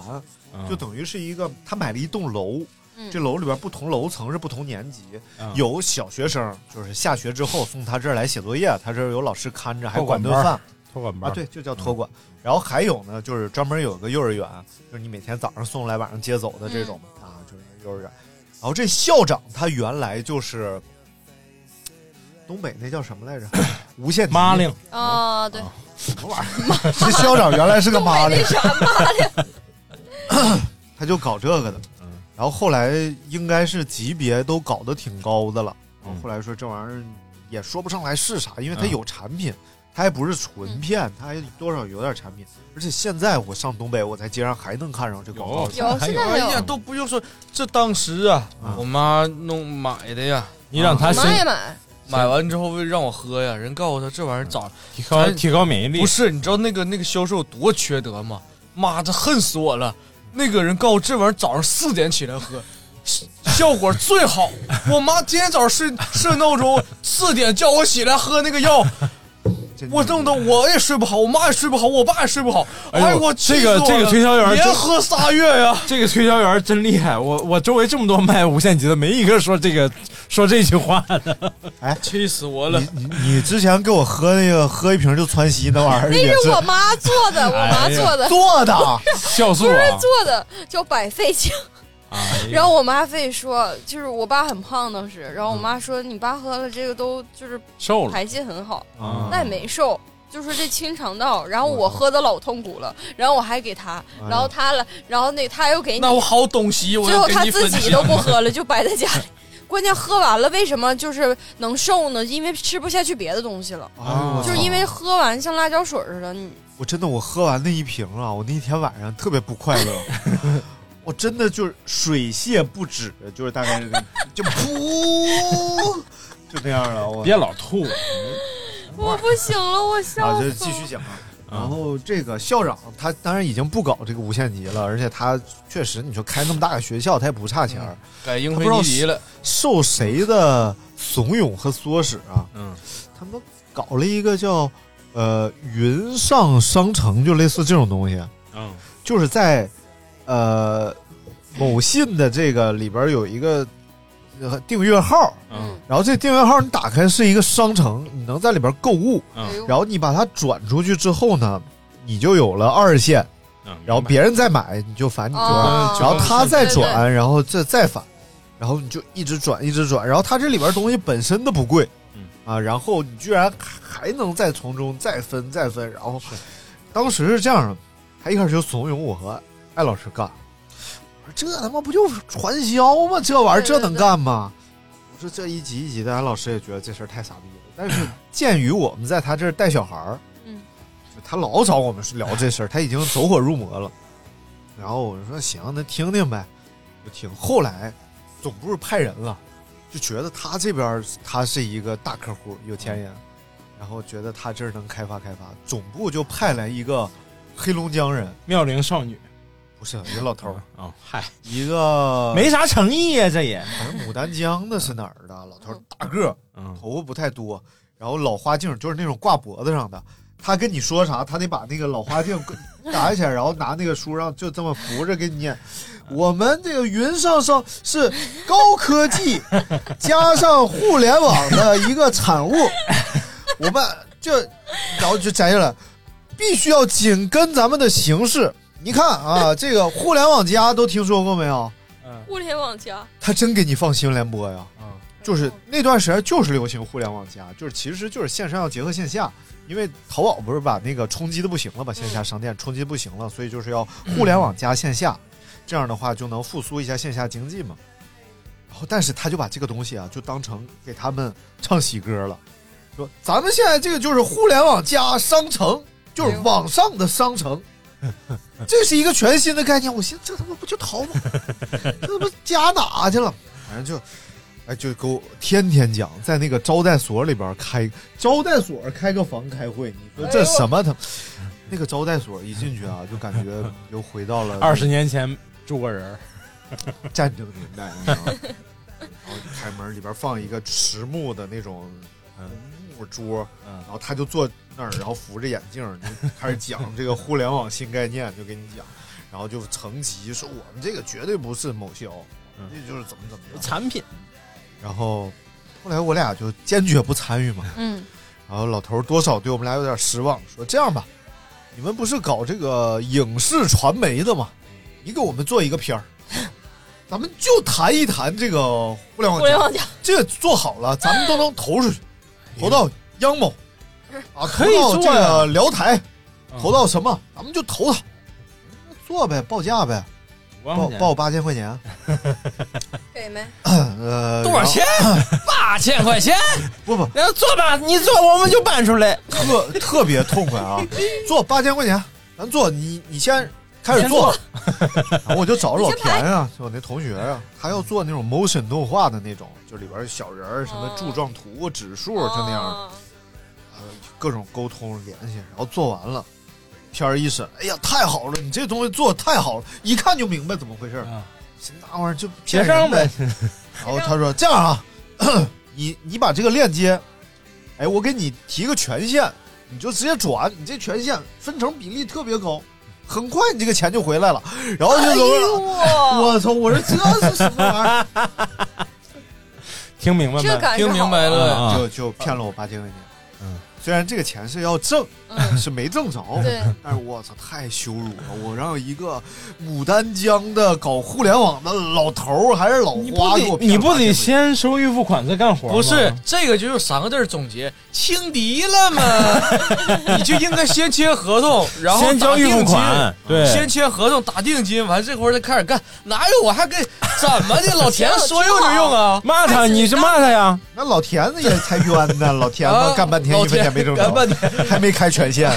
嗯
就等于是一个他买了一栋楼，
嗯
这楼里边不同楼层是不同年级，
嗯
有小学生，就是下学之后送他这儿来写作业，他这儿有老师看着，还
托管
管顿
班
饭。
托管班
啊，对，就叫托管。然后还有呢，就是专门有个幼儿园，就是你每天早上送来，晚上接走的这种、啊，就是幼儿园。然后这校长他原来就是东北那叫什么来着？无限妈令，
啊，对，
什么玩意儿？ 这校长原来是个妈令，他就搞这个的。然后后来应该是级别都搞得挺高的了，然后后来说这玩意儿也说不上来是啥，因为它有产品，它还不是纯骗，它还多少有点产品。而且现在我上东北，我在街上还能看上这广告。
哎呀，都不用说，这当时啊，我妈弄买的呀，
你让她
啊
先你妈也
买，
买完之后为让我喝呀，人告诉她这玩意儿咋
提高提高免疫力
不是，你知道那个那个销售多缺德吗？妈，这恨死我了！那个人告诉我这玩意儿早上四点起来喝，效果最 好。我妈今天早上睡设闹钟四点叫我起来喝那个药。我弄得我也睡不好，我妈也睡不好，我爸也睡不好。哎
哎呦
我气
这
死我
个
了
这个推销员
连
真
喝仨月呀、
这个推销员真厉害，我我周围这么多卖无线极的，没一个说这个说这句话的。
哎，
气死我了！
你你之前给我喝那个喝一瓶就窜稀那玩意儿，
那
也
是我妈做的，我妈
哎呀
做的，
做的酵素
不是
啊
做的，叫百废精。
哎
然后我妈非得说，就是我爸很胖当时，然后我妈说你爸喝了这个都就是
瘦了
排气很好，
啊
那也没瘦。就是这清肠道，然后我喝的老痛苦了，然后我还给他，
哎呀
然后他了，然后那他又给你，
那我好东西，我
最
要
后
给
他
你
自
分
己
享
都不喝了，就摆在家里。关键喝完了，为什么就是能瘦呢？因为吃不下去别的东西了，
啊
就是因为喝完像辣椒水似的，你
我真的我喝完那一瓶啊，我那天晚上特别不快乐，我真的就是水泄不止，就是大概是那就噗，就那样了。我
别老吐，
我不行了，我笑
啊，
死
就
了。
继续讲啊。然后这个校长他当然已经不搞这个无限极了，而且他确实你说开那么大个学校，他也不差钱儿，
改英
他不
菲
知道
尼迪了。
受谁的怂恿和唆使啊？
嗯，
他们搞了一个叫呃云上商城，就类似这种东西。
嗯，
就是在呃某信的这个里边有一个呃订阅号，
嗯，
然后这订阅号你打开是一个商城，你能在里边购物，
嗯
哎
然后你把它转出去之后呢，你就有了二线，
嗯
然后别人再买你就
嗯
返你折，
哦
嗯然后他再转，
对对
然后这再返，然后你就一直转一直转，然后它这里边东西本身都不贵，啊，然后你居然还能再从中再分再分，然后当时是这样的，他一开始就怂恿我和艾老师干，我说这他妈不就是传销吗？这玩意儿这能干吗？我说这一级一级的，安老师也觉得这事儿太傻逼了。但 是鉴于我们在他这儿带小孩儿，
嗯，
他老找我们聊这事儿，他已经走火入魔了。然后我就说行，那听听呗，我听。后来总部派人了，就觉得他这边儿他是一个大客户，有钱人，然后觉得他这儿能开发开发，总部就派来一个黑龙江人，
妙龄少女，
不是一老头儿
啊，嗨，
一个
没啥诚意呀、这也
好像牡丹江的是哪儿的？老头儿大个儿，头发不太多，然后老花镜就是那种挂脖子上的。他跟你说啥，他得把那个老花镜打起来，然后拿那个书上就这么扶着给你念。我们这个云上上是高科技加上互联网的一个产物，我们就然后就摘下来，必须要紧跟咱们的形势。你看啊，这个互联网加都听说过没有？
互联网加，
他真给你放新闻联播呀，就是那段时间就是流行互联网加，就是其实就是线上要结合线下，因为淘宝不是把那个冲击的不行了，把线下商店冲击不行了，所以就是要互联网加线下，这样的话就能复苏一下线下经济嘛。然后，但是他就把这个东西啊，就当成给他们唱喜歌了，说咱们现在这个就是互联网加商城，就是网上的商 城，这是一个全新的概念。我寻思这他妈不就淘 宝，这他妈加哪去了？反正就，哎，就给我天天讲，在那个招待所里边开招待所开个房开会，你说这
哎
什么他？那个招待所一进去啊，就感觉又回到了
二十年前住过人，
战争年代，你知道吗然后开门里边放一个实木的那种木桌，然后他就坐那儿，然后扶着眼镜儿就开始讲这个互联网新概念，就给你讲，然后就成集说我们这个绝对不是某销，这就是怎么怎么
嗯
样
产品。
然后后来我俩就坚决不参与嘛，
嗯，
然后老头儿多少对我们俩有点失望，说这样吧，你们不是搞这个影视传媒的吗？你给我们做一个 片儿，咱们就谈一谈这个互联网
互联网加
这个做好了，咱们都能投出去，投到央某啊，
哎可以
投到
做
这
呀嗯
个辽台，投到什么，咱们就投它，做呗，报价呗，
万块
报
钱
报八千块钱，
给没？
呃，
多 少钱？八千块 钱？
不不，
那做吧，你做我们就搬出 来。
特特别痛快啊！做八千块钱，咱做，你你先开始做。 然后我就找着老田啊，就我那同学啊，他要做那种 motion 动画的那种，就里边有小人儿、什么柱状图、指数， 就那样的，
哦
呃，各种沟通联系。然后做完了，片儿一审，哎呀，太好了，你这东西做得太好了，一看就明白怎么回事儿。寻思那玩意儿就
协
骗
商
人
呗
呗。。然后他说：“这样啊，你你把这个链接，哎，我给你提个权限，你就直接转，你这权限分成比例特别高，很快你这个钱就回来了。”然哦后就
哎
怎么、我操！我说这是什么玩意儿？
听明白
这感
没？
是好啊听明白了
啊
就就骗了我八千块钱。嗯，虽然这个钱是要挣，是没挣着，
对
但是我操，太羞辱了！我让一个牡丹江的搞互联网的老头儿还是老花给我骗
你不
了
得先收预付款再干活吗？
不是这个，就用三个字儿总结：轻敌了 嘛。你就应该先签合同，然后
先交
打定
预付
金
款对
先签合同打定金，完这会儿再开始干。哪有我还跟怎么的？老田说用就用啊！
骂他，你是骂他呀？
那老田子也才冤呢，老田
啊
子干半天
老
一分
田
钱没挣
干半
着，还没开权 限。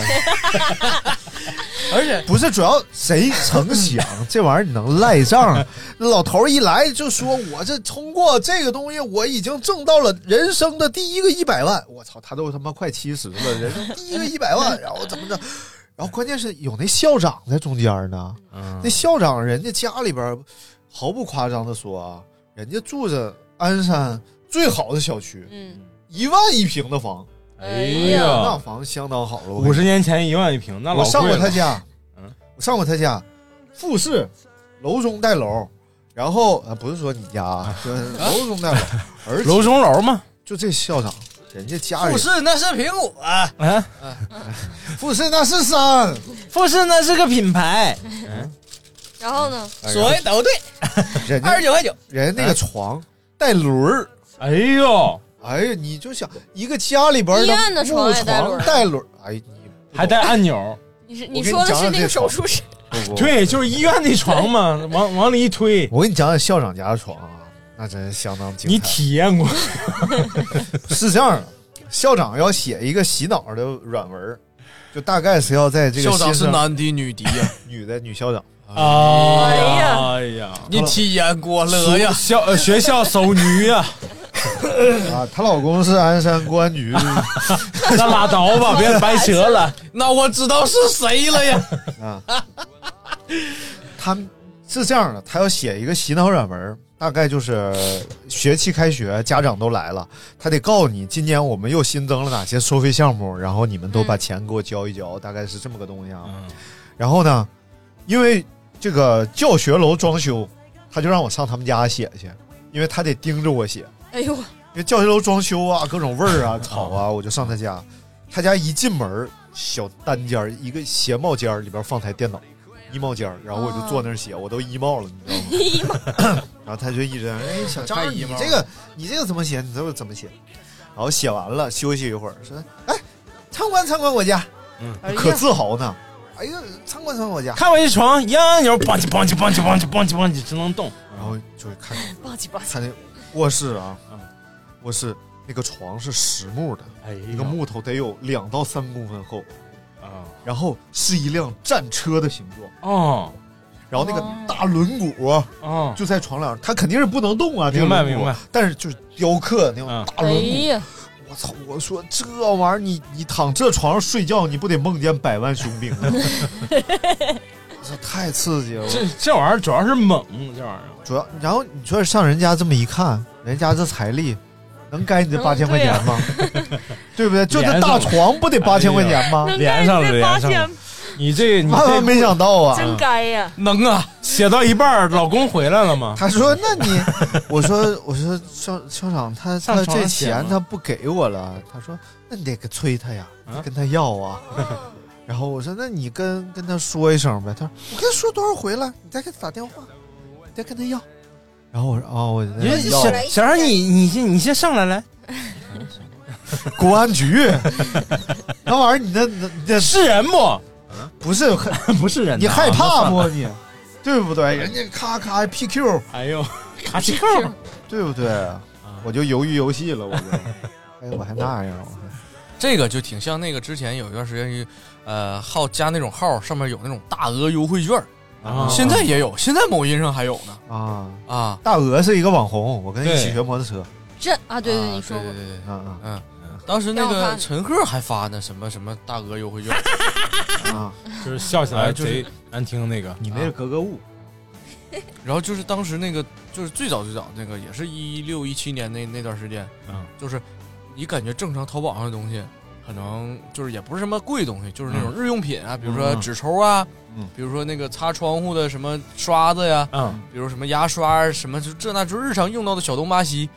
而 且
不是主要谁成想这玩意儿你能 赖账？那老头儿一来就说我这通过这个东西我已经挣到了人生的第一个一百万，我操，他都他妈快七十了，人生第一个一百 万，然后怎么着？然后关键是有那校长在中间呢，
嗯
那校长人家家里边儿毫不夸张的说啊，人家住着鞍山最好的小区，
嗯，
一万一平的房，
哎呀
那房相当好了，我跟你
五十年前一万一平，那老
我上
贵
过
了
他家，
嗯
我上过他家，复式楼中带楼，然后呃不是说你 家啊，就是楼中带楼，而且
楼中楼嘛，
就这校长，人家家人
富士那是苹果，
啊，
富士那是山，
富士那是个品牌，
然后呢？
所谓都对。
哎人家
29块9
人家那个床带轮儿，
哎呦，
哎呀，你就想一个家里边儿
医院的床
木
也带轮
床
儿
带轮儿，哎，你
还带按钮，
你是
我
你
跟
说的
讲
是
讲
那个
这
手
床
术室，
不不
对，就是医院那床嘛，往往里一推。
我跟你讲讲校长家的床啊，那真是相当精彩。
你体验过？
是这样的，校长要写一个洗脑的软文儿，就大概是要在这个
校长
新
是
生
男的女的呀？
女的女校长。
哎
呀
哎呀，
你体验过了呀？
校呃学校守女呀，
啊，她老公是鞍山公安局，
那拉倒吧，别白扯了。
那我知道是谁了呀？
啊，他是这样的，他要写一个洗脑软文儿，大概就是学期开学，家长都来了，他得告诉你今年我们又新增了哪些收费项目，然后你们都把
嗯
钱给我交一交，大概是这么个东西啊。然后呢，因为这个教学楼装修，他就让我上他们家写去，因为他得盯着我写。
哎呦，
因为教学楼装修啊，各种味儿啊、草啊，我就上他家。他家一进门儿，小单间儿，一个鞋帽间儿里边放台电脑，衣帽间儿，然后我就坐那儿写，我都衣帽了，
哎
你知道吗？ 然后他就一直在那儿，哎，小张，你这个你这个怎么写？你这个怎么写？然后写完了，休息一会儿，说，哎，参观参观我家，
哎呀
可自豪呢。哎呀，参观参观我家，
看我一床，一按按钮，梆叽梆叽梆叽梆叽梆叽梆叽，只能动。
然后就看
吧唧吧
嗯
唧，
他那卧室啊，卧室那个床是实木的，
哎，
一个木头得有两到三公分厚，
啊，
然后是一辆战车的形状，
哦，
然后那个大轮毂，啊
哦，
就在床上，它肯定是不能动啊，这个
明白
轮毂
明白，嗯
但是就是雕刻那种大轮毂，
哎呀，
我操！我说这玩意儿，你你躺这床上睡觉，你不得梦见百万雄兵 吗？这太刺激了！
这这玩意儿主要是猛，这玩意儿
主要，然后你说上人家这么一看，人家这财力能该你这
嗯
八千块钱 吗？对不对？就这
连上
大
了
床不得八千块钱吗？
连上了，连上了。你这你
万万没想到啊！
真
该呀！
能啊！写到一半儿，老公回来了吗？
他说：“那你，我说，我说校校长他
上
他
床
这
了写
钱
吗
他不给我了。”他说：“那你得给催他呀，你跟他要 啊。然后我说：“那你跟跟他说一声呗。”他说：“我跟他说多少回了，你再给他打电话，你再跟他要。”然后我说：“哦，我
你说
要
小小让你你先你先上来来，
公安局， 那玩意儿你那那那
是人不？
不是，
不是人呐，
你
啊
害怕不
那算了
你？对不对？人家咔咔 PQ，
哎呦，咔
PQ，对不对？
啊
我就鱿鱼游戏了，我就，哎，我还那样，我还
这个就挺像那个之前有一段时间有，呃，号加那种号上面有那种大额优惠券儿，
啊
现在也有，现在某音上还有呢。
啊
啊！
大鹅是一个网红，我跟他一起
对
学摩托车。
这啊，对对，你说过
对对对，
嗯
嗯，当时那
让我
个
看
陈赫还发呢，什么什么大额优惠券
啊，
就是笑起来
哎就是
贼难听那个。
你那是格格物，
然后就是当时那个，就是最早最早那个，也是一六一七年那那段时间，
嗯，
就是你感觉正常淘宝上的东西，可能就是也不是什么贵东西，就是那种日用品啊，比如说
嗯
纸抽啊，
嗯
比如说那个擦窗户的什么刷子呀，
嗯，
比如什么牙刷啊什么，就这那就是日常用到的小东巴西，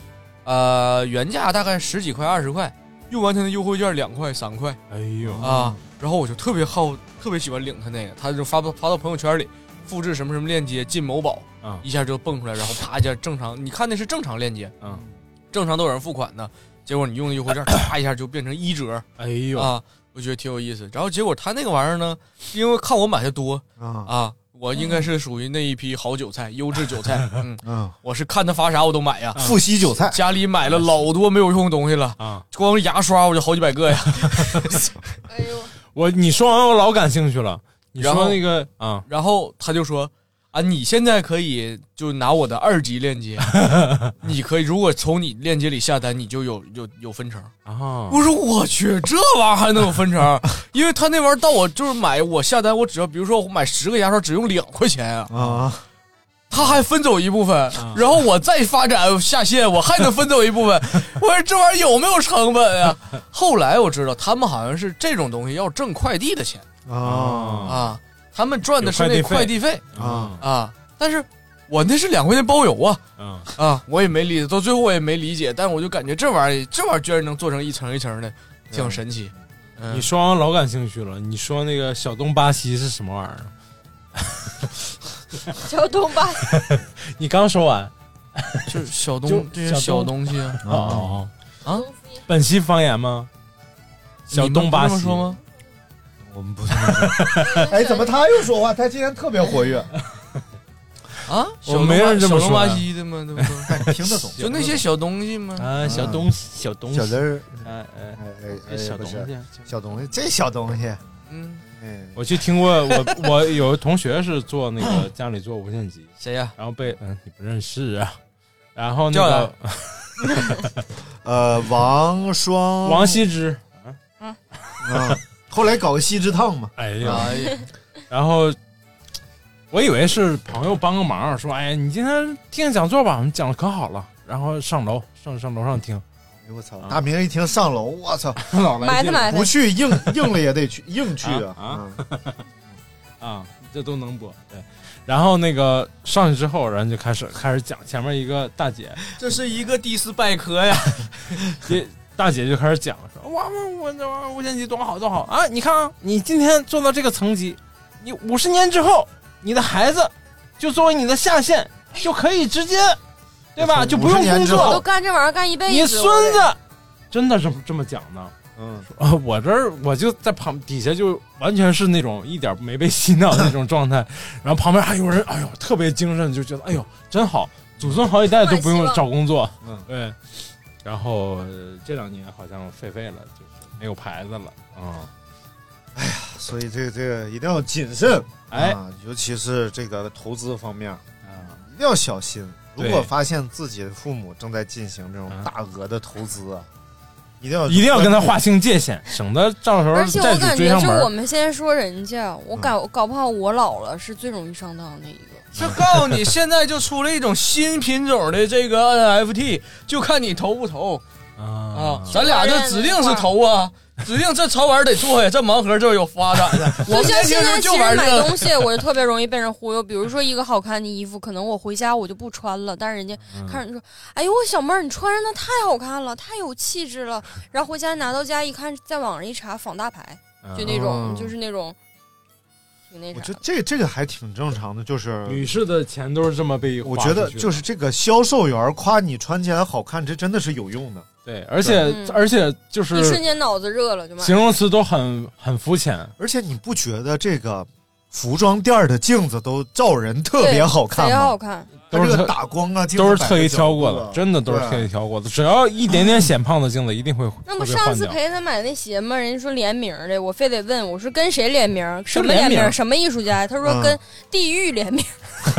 呃，原价大概十几块二十块，用完他的优惠券两块三块，
哎呦
啊！，然后我就特别好，特别喜欢领他那个，他就发到发到朋友圈里，复制什么什么链接进某宝，
啊
一下就蹦出来，然后啪一下正常，你看那是正常链接，
嗯，
正常都有人付款的，结果你用的优惠 券啪一下就变成一折，
哎呦
啊，我觉得挺有意思。然后结果他那个玩意儿呢，因为看我买的多
啊
我应该是属于那一批好韭菜，优质韭菜，嗯
嗯，
我是看他发啥我都买呀，
富硒韭菜
家里买了老多没有用的东西了
啊，
光牙刷我就好几百个呀。
哎
我你说完我老感兴趣了。你
然后
说那个啊，
然后他就说啊，你现在可以就拿我的二级链 接，你可以如果从你链接里下单，你就有有有分成。
啊，
我说我去，这玩意儿还能有分成？ 因为他那玩意儿到我就是买我下单，我只要比如说我买十个牙刷只用两块钱啊。
啊，
他还分走一部分，
啊
然后我再发展下线，我还能分走一部 分。我说这玩意儿有没有成本啊？后来我知道他们好像是这种东西要挣快递的钱
啊
啊，他们赚的是那
有快
快
递
递
费
费
啊
啊。但是我那是两块钱包邮啊
嗯
啊，我也没理解，到最后我也没理解，但我就感觉这玩意儿这玩意儿居然能做成一层一层的，挺神奇。嗯
你说完我老感兴趣了。你说那个小东巴西是什么玩意儿？
小东吧，
你刚说完
就是小
就
东这些
小
小东
东
西啊
哦哦
啊，
本溪方言吗？小东巴
你们不
西
这么说吗？
我们不是。哎，怎么他又说话？他今天特别活 跃，
啊，
我没人这么说
小东巴
呀
西的吗？对 不对？
哎听得懂
就那些小东西吗？
啊，小东西，小东西，
嗯小字儿，
哎哎
哎哎
这
哎，
小
不是
东西，
小东西，这小东西，
嗯，
哎，
我就听过，我我有同学是做那个家里做无线机，
谁呀、
然后被嗯你不认识啊，然后那
叫
个
呃，王双
王羲之，
啊，后来搞个羲之烫嘛，
哎
啊
呀
哎呀，
然后我以为是朋友帮个忙，说哎你今天听讲座吧，我们讲的可好了，然后上楼上上楼上听，
哎呦我操！大明一听上楼，我操，
老来劲了
不去硬硬了也得去，硬去
啊
啊！
啊，这都能播对。然后那个上去之后，然后就开始开始讲前面一个大姐，
这是一个迪斯拜科 呀！
这大姐就开始讲说，哇哇我这玩意儿无线机多好多好啊！你看啊，你今天做到这个层级，你五十年之后，你的孩子就作为你的下线，就可以直接，对吧？就不用工
我都
作，
干这玩意儿干一辈子。
你孙
我
子真的这么这么讲呢？
嗯，
啊，我这儿我就在旁底下就完全是那种一点没被洗脑的那种 状态，然后旁边还有人，哎呦，特别精神，就觉得哎呦真好，祖宗好几代都不用找工作，
嗯
对。然后呃这两年好像废废了，就是没有牌子了啊。
所以这个这个一定要谨慎，
哎啊
啊，尤其是这个投资方面，一定要小心。如
对
果发现自己的父母正在进行这种大额的投资，啊、一定要
啊一定要跟他划清界限，省得到时候
而且
债
我
主
感
追
觉
上
就
门
我
儿。
们现在说人家，
嗯
我搞搞不好我老了是最容易上当的一个。
就告诉你，现在就出了一种新品种的这个 NFT，就看你投不投啊！
嗯
咱俩这指定是投啊，指定这潮玩得做呀，这盲盒就是有发展 的。我
就
们
像
年轻人
现在其
就
实
玩这
买
个
东西，我就特别容易被人忽悠。比如说一个好看的衣服，可能我回家我就不穿了，但是人家看着你说：“哎呦，我小妹儿，你穿上它太好看了，太有气质了。”然后回家拿到家一看，在网上一查仿大牌，就那种
哦
就是那种挺那
我
啥
觉得这这个还挺正常的，就是
嗯女士的钱都是这么被
我
划
觉得
出去的
就是这个销售员夸你穿起来好看，这真的是有用的。
对，而且
嗯
而且就
一瞬
是
间脑子热了就买。
形容词都很很肤浅，
而且你不觉得这个服装店儿的镜子都照人特别好看
贼
吗？
好看。
它
都是
这个
特
打光啊，镜子
都是
摆
特意
角
挑过
度
的
嗯
啊，
真的都是
对
特意挑过的。只要一点点显胖的镜子，一定会
那不
会被
上
换
次
掉。
陪他买那鞋吗？人家说联名的，我非得问，我说跟谁联名？什么
联名
名？什么艺术家？他说跟
嗯
地狱联名。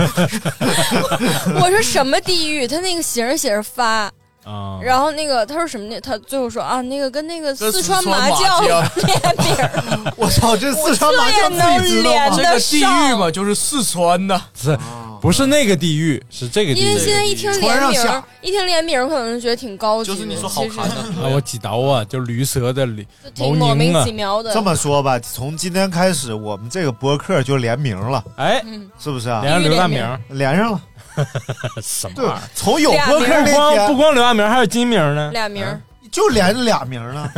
我说什么地狱？他那个型儿写着发。
啊
然后那个他说什么呢？他最后说啊，那个跟那个
跟
四川
四川麻
将
将
联名儿，
我操，这
四川麻将自己知道吗
这个地狱嘛，就是四川的，啊
是不是那个地狱？是这个地
因
狱
为。现在一听
传
联
上
名儿
下，
一听联名儿可能觉得挺高级的，
就是你说好看
其实
的
啊，我几刀啊，就驴舌的驴，
挺莫名
啊
其妙的
这么说吧，从今天开始，我们这个播客就联名了，
哎
嗯，
是不是啊？
连上刘大明儿，
连上了。
什么
对
玩意儿？，
从有播客那
不光不
天
光刘大明儿，还有金明儿呢。
俩名儿
就连着俩名 儿了，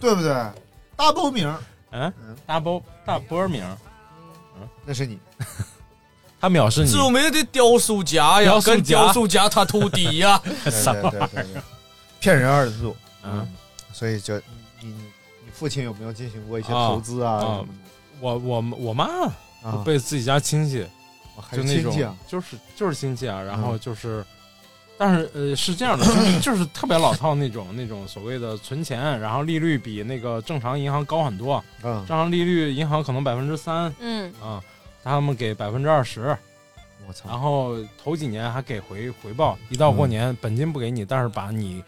对不对？大包名儿，
嗯，大波大波名，
那是你，，
他藐视你
著名的雕塑家呀
雕，塑家
跟雕塑家他徒弟 呀
对对对对对，骗人二人组。
嗯，
所以就你你你父亲有没有进行过一些投资啊？什么的
我我我妈
啊
被自己家亲戚，
还
就
有
那
亲
种
戚啊
就是就是亲戚啊，然后
嗯
就是，但是呃是这样的，就是就是特别老套那种那种所谓的存钱，然后利率比那个正常银行高很多，
嗯
正常利率银行可能百分之三，
嗯
啊，他们给百分之二
嗯
十。
我操！
然后头几年还给回回报，一到
嗯
过年、本金不给你，但是把你，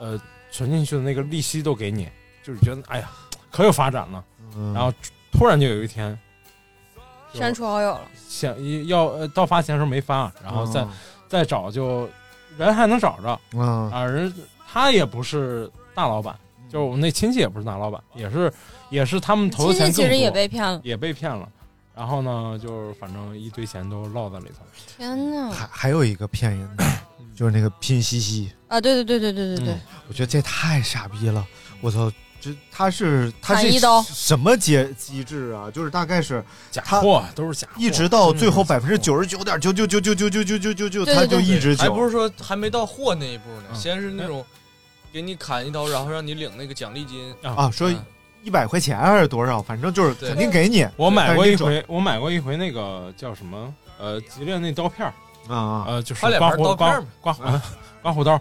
呃，存进去的那个利息都给你，就是觉得哎呀，可有发展了。
嗯
然后突然就有一天，
删除好友了，
想一要呃到发钱的时候没发，啊然后再、
哦
再找就人还能找着
嗯
啊，人他也不是大老板，就是我那亲戚也不是大老板，也是也是他们投的
亲
钱
戚
更多，
其实也被骗了。
也被骗了。然后呢，就是反正一堆钱都落在里头。
天哪！
嗯还有一个骗人的，
嗯
就是那个拼夕夕，
啊，对对对对对对对，
我觉得这太傻逼了，我操！这他是他
砍
是
一刀
什么机机制啊？就是大概是
假
他
货都是假货
一直到最后百分之九十九点九九九九九九九九九九，他就一直
还
九
不。是说还没到货那一步呢，先是那种给你砍一刀，然后让你领那个奖励金
啊，说一百块钱还是多少，反正就是肯定给你。
我买过
但
一
是你转
回，我买过一回那个叫什么？呃，吉列那刀片儿
啊嗯
呃，就是
花脸
刮
牌
胡
刀片
刮
儿嘛
刮胡 刮胡刀，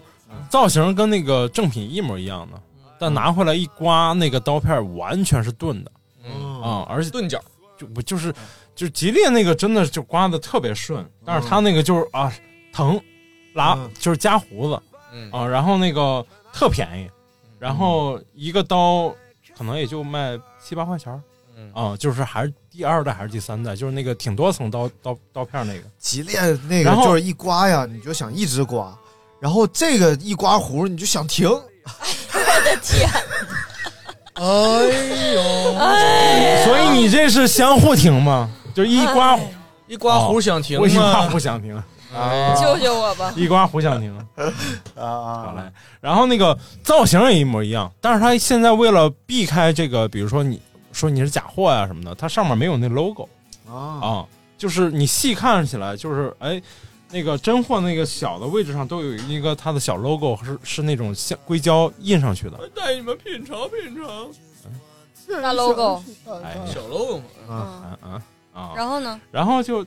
造型跟那个正品一模一样的，
嗯
但拿回来一刮，那个刀片儿完全是钝的
嗯
啊，而且
钝角
就不就是就吉列那个真的就刮的特别顺，但是他那个就是啊疼，拉就是夹胡子
嗯
啊，然后那个特便宜，然后一个刀可能也就卖七八块钱儿。
嗯
啊、就是还是第二代还是第三代，就是那个挺多层刀刀刀片儿那个
吉列那
然
个
后
就是一刮呀，你就想一直刮，然后这个一刮胡你就想 停。 我的天！
哎
所以你这是相互停吗？就一刮胡
一哎刮 胡想停
我一
吗
刮胡想停，
嗯
哎
救救我 吧！
一刮胡想停
啊！
好嘞，然后那个造型也一模一样，但是它现在为了避开这个，比如说你说你是假货呀、什么的，它上面没有那 logo
啊
啊，就是你细看起来就是哎。那个真货那个小的位置上都有一个它的小 logo，是是那种像硅胶印上去的，
带你们品尝品尝
大 logo，
哎
小 logo 嘛，
啊啊啊！
嗯然后呢？
然后就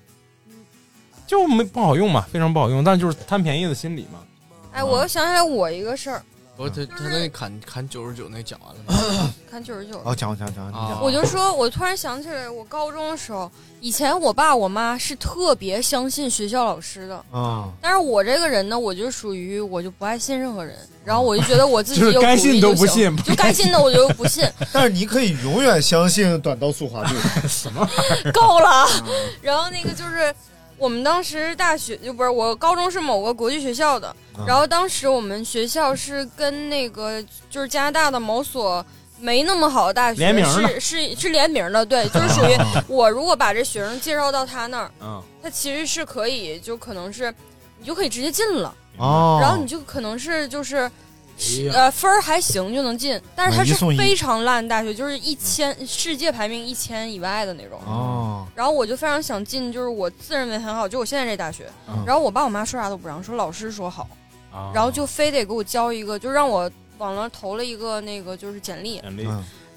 就没不好用嘛，非常不好用，但就是贪便宜的心理嘛。
嗯
哎，我又想起来我一个事儿，
不，他他那砍砍九十九那讲完了吗？
看九十九。
哦，讲讲讲，你
啊
讲
我就说，我突然想起来，我高中的时候，以前我爸我妈是特别相信学校老师的，
啊，
但是我这个人呢，我就属于我就不爱信任何人，然后我就觉得我自己
就是
有
该
主
信
意
都
就
不信
行就该信的我就不信，
但是你可以永远相信短道速滑队。什么？
够了。
嗯
然后那个就是我们当时大学就不是我高中是某个国际学校的，
嗯
然后当时我们学校是跟那个就是加拿大的某所。没那么好的大学
联名呢
是是是联名 的，对，就是属于我如果把这学生介绍到他那儿，
嗯
他其实是可以，就可能是你就可以直接进了，
哦
然后你就可能是就是
哎呀
呃分儿还行就能进，但是它
买一
是
送一
非常烂的大学，就是一千、世界排名一千以外的那种。
哦，
然后我就非常想进，就是我自认为很好，就我现在这大学。
嗯
然后我爸我妈说啥都不让，说老师说好，
啊
然后就非得给我交一个，就让我网上投了一个那个就是简历。
嗯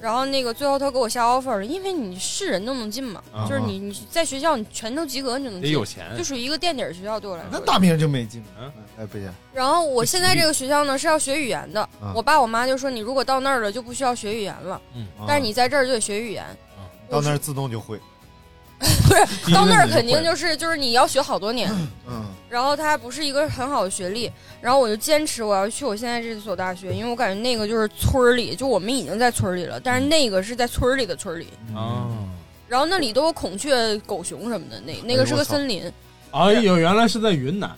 然后那个最后他给我下 offer 了，因为你是人都能进嘛，
啊
就是你你在学校你全都及格你就能进，
得有钱嗯
就属于一个垫底儿学校对我来说。
那大明就没进。嗯，哎，不行，
然后我现在这个学校呢是要学语言的
嗯，
我爸我妈就说你如果到那儿了就不需要学语言了，
嗯
但是你在这儿就得学语言，
到那儿自动就会。
不是到那儿肯定就是就是你要学好多年，
嗯，
然后它还不是一个很好的学历，然后我就坚持我要去我现在这所大学，因为我感觉那个就是村儿里，就我们已经在村儿里了，但是那个是在村儿里的村儿里，
嗯
哦，
然后那里都有孔雀、狗熊什么的，那那个是
哎呦我
个
操
森林，
哎呦，原来是在云南，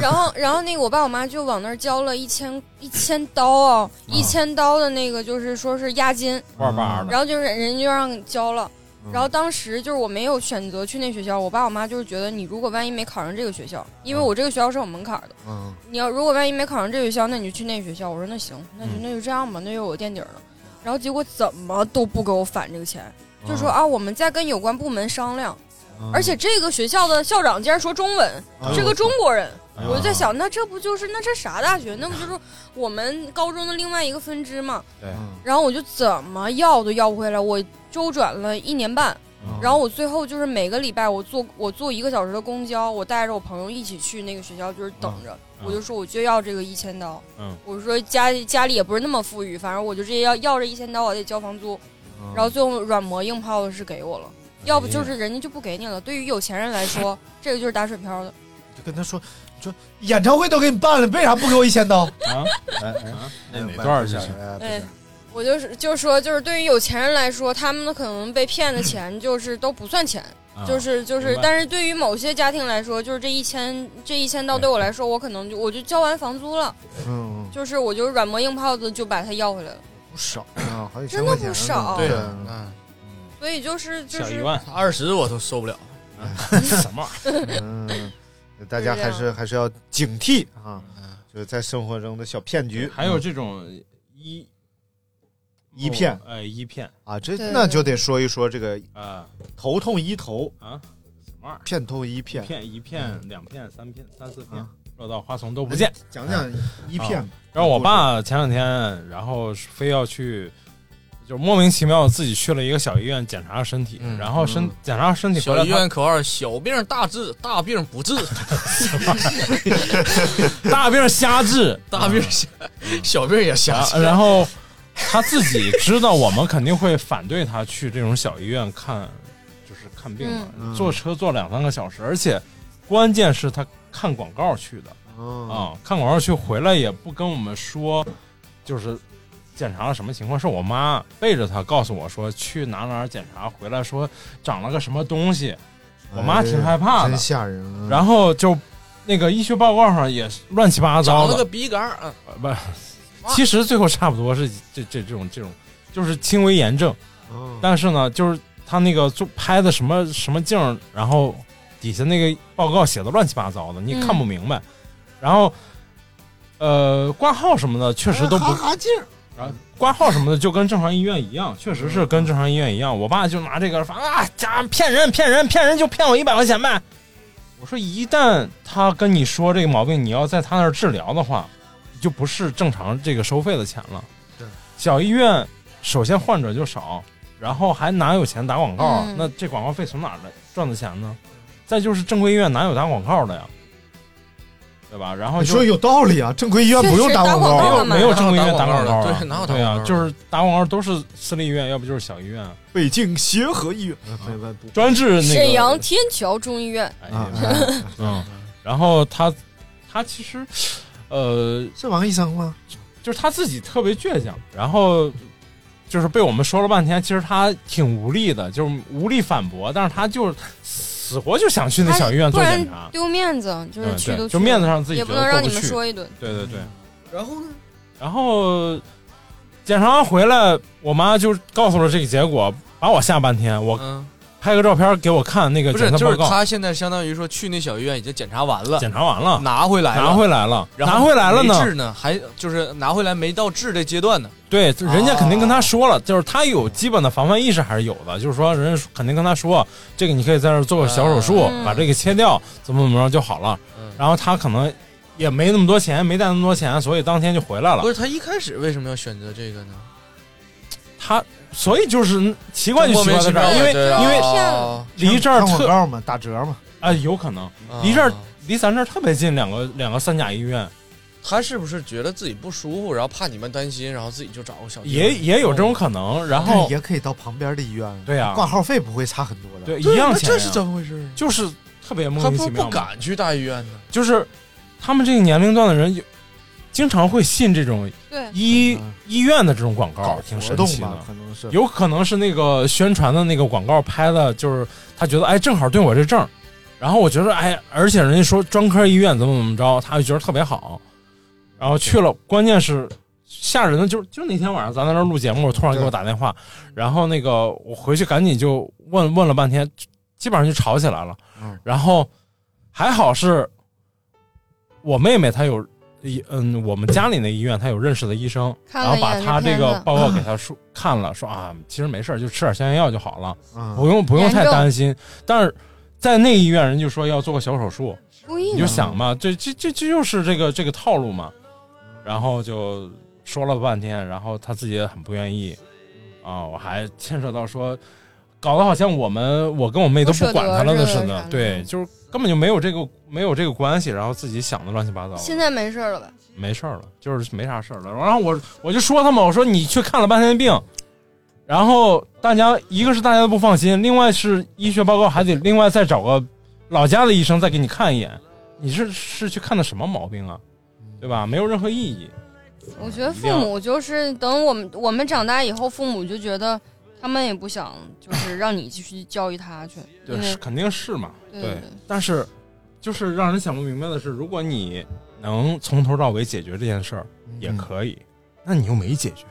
然后，然后那个我爸我妈就往那儿交了一千一千刀啊，一千刀的那个就是说是押金，
万八的
然后就是人家就让交了。
嗯
然后当时就是我没有选择去那学校，我爸我妈就是觉得你如果万一没考上这个学校，
嗯
因为我这个学校是有门槛的，
嗯，
你要如果万一没考上这个学校，那你就去那学校。我说那行，那就
嗯
那就这样吧，那就我垫底儿了。然后结果怎么都不给我返这个钱，就说
哦
啊，我们再跟有关部门商量。
嗯
而且这个学校的校长竟然说中文
哎呦，
是个中国人。
哎呦
我就在想，那这不就是那这啥大学？那不就是我们高中的另外一个分支嘛？
对，
然后我就怎么要都要不回来，我周转了一年半，
嗯
然后我最后就是每个礼拜我坐我坐一个小时的公交，我带着我朋友一起去那个学校，就是等着，
嗯
我就说我就要这个一千刀，
嗯
我说家家里也不是那么富裕，反正我就直接要要这一千刀，我得交房租，
嗯
嗯
然后最后软磨硬泡的是给我
哎
了，要不就是人家就不给你了。对于有钱人 来说，这个就是打水漂的。
就跟他说，你说演唱会都给你办了，为啥不给我一千刀？
啊，
哎哎，
那得多少钱？
嗯
哎，我就是就是说，就是对于有钱人来说，他们可能被骗的钱就是都不算钱，
啊
就是就
明
是
白，
但是对于某些家庭来说，就是这一千这一千刀对我来说，我可能就我就交完房租了，
嗯，
就是我就软磨硬泡的就把它要回来了，
不少啊，好几
真的不少
对，啊
嗯，
所以就是就是
二十我都受不了。
什么嗯，大家还是还是要警惕啊，
嗯
就是在生活中的小骗局，
还有这种一
一骗
哎，一骗
啊，这
对
那
对
就得说一说这个
啊，
头痛医头
啊，什么玩意儿？
骗痛医
一
骗，
片一片、两片、三片、三四片
啊，
绕道花丛都不见。
讲讲一片哎
啊
吧
然后
嗯
我爸前两天，然后非要去，就莫名其妙自己去了一个小医院检查身体，然后身、
嗯
检查身体回
小
来，
医院口号：小病大治，大病不治。
大病瞎治，啊
大病瞎，小病也瞎治。
然然后他自己知道我们肯定会反对他去这种小医院看，就是看病嘛，
嗯
坐车坐两三个小时，而且关键是他看广告去的。
嗯
啊、看广告去回来也不跟我们说，就是检查了什么情况，是我妈背着她告诉我说去哪哪儿检查，回来说长了个什么东西，我妈挺害怕的，
真吓人啊。
嗯
然后就那个医学报告上也是乱七八糟
长
的
了，个鼻杆儿，嗯
呃不，其实最后差不多是这这这种这种，就是轻微炎症，但是呢，就是他那个做拍的什么什么镜儿，然后底下那个报告写的乱七八糟的，你也看不明白，然后呃挂号什么的确实都不。
劲
然后挂号什么的就跟正常医院一样，确实是跟正常医院一样。我爸就拿这个反正啊，家骗人骗人骗人就骗我一百块钱呗。我说一旦他跟你说这个毛病，你要在他那儿治疗的话，就不是正常这个收费的钱了。
对，
小医院首先患者就少，然后还哪有钱打广告啊？
嗯
那这广告费从哪儿来赚的钱呢？再就是正规医院哪有打广告的呀？对吧？然后
你
就
哎说有道理啊，正规医院不用打啊广
哦
告，
没有没有正规医院打
广
广告啊，
对，哪有
对啊，就是打广告都是私立医院，要不就是小医院，
北京协和医院，
啊专治那个哎
沈阳啊天桥中医院，
啊
嗯，然后他他其实呃
是王医生吗？
就是他自己特别倔强，然后就是被我们说了半天，其实他挺无力的，就是无力反驳，但是他就是死活就想去那小医院
不
做检
然
查，
丢面子，就是
对
去都
对，
去
就面子上自己
也
觉
不
得
能让
过
你
不
们
去
说一顿。
对对对，
然后呢？
然后检查完回来，我妈就告诉了这个结果，把我吓半天。我
嗯
拍个照片给我看那个
不是
检，测
就
报
是
告，
他现在相当于说去那小医院已经检查完了，
检查完了，
拿回来了，
拿回来了，
然后
拿回来了
没
呢
治呢，还就是拿回来没到治的阶段呢。
对，就人家肯定跟他说了，
哦
就是他有基本的防范意识还是有的，就是说人家肯定跟他说，这个你可以在这儿做个小手术，
嗯
把这个切掉，怎么怎么着就好了。然后他可能也没那么多钱，没带那么多钱，所以当天就回来了
不。是他一开始为什么要选择这个呢？
他所以就是奇怪就奇怪在这儿，
就
因
莫名
为
其妙
因为
对啊
离这儿
看
特
广告嘛，打折嘛，
啊，有可能离这儿离咱这儿特别近，两个两个三甲医院
他是不是觉得自己不舒服，然后怕你们担心，然后自己就找个小哦医
也
院
也有这种可能。然后
也可以到旁边的医院，啊
对
啊
呀
挂号费不会差很多的，
对一样钱呀，
这是怎么回事？
就是特别莫
他
名
不
其妙嘛。
不敢去大医院呢？
就是他们这个年龄段的人，有经常会信这种
对
医医院的这种广告，挺
嗯活
神
动
奇的
吧，。可能是
有可能是那个宣传的那个广告拍的，就是他觉得哎，正好对我这症儿，然后我觉得哎，而且人家说专科医院怎么怎么着，他就觉得特别好，然后去了，关键是吓人的就是就那天晚上咱在那儿录节目，我突然给我打电话，然后那个我回去赶紧就问问了半天，基本上就吵起来了，然后还好是我妹妹她有。一嗯，我们家里那医院她有认识的医生，
看
然
了
后
一
把
眼
她
就
这
偏
个
了嗯
报告给他说看了，说啊，其实没事儿，就吃点消炎药就好了，
嗯
不用不用
严重
太担心。但是在那医院，人就说要做个小手术，
故意
你就想嘛，这这这这就是这个这个套路嘛。然后就说了半天，然后他自己也很不愿意啊，我还牵扯到说，搞得好像我们我跟我妹都不管他了的似
不舍
的
得是，吧
对，就是根本就没有这个没有这个关系，然后自己想的乱七八糟的。
现在没事了吧？
没事儿了，就是没啥事儿了。然后我我就说他嘛，我说你去看了半天病，然后大家一个是大家都不放心，另外是医学报告还得另外再找个老家的医生再给你看一眼，你是是去看的什么毛病啊？对吧？没有任何意义。
我觉得父母就是等我们我们长大以后，父母就觉得他们也不想就是让你继续教育他去，因
对，
为
是肯定是嘛。
对对对
但是就是让人想不明白的是，如果你能从头到尾解决这件事儿，也可以。那你又没解决，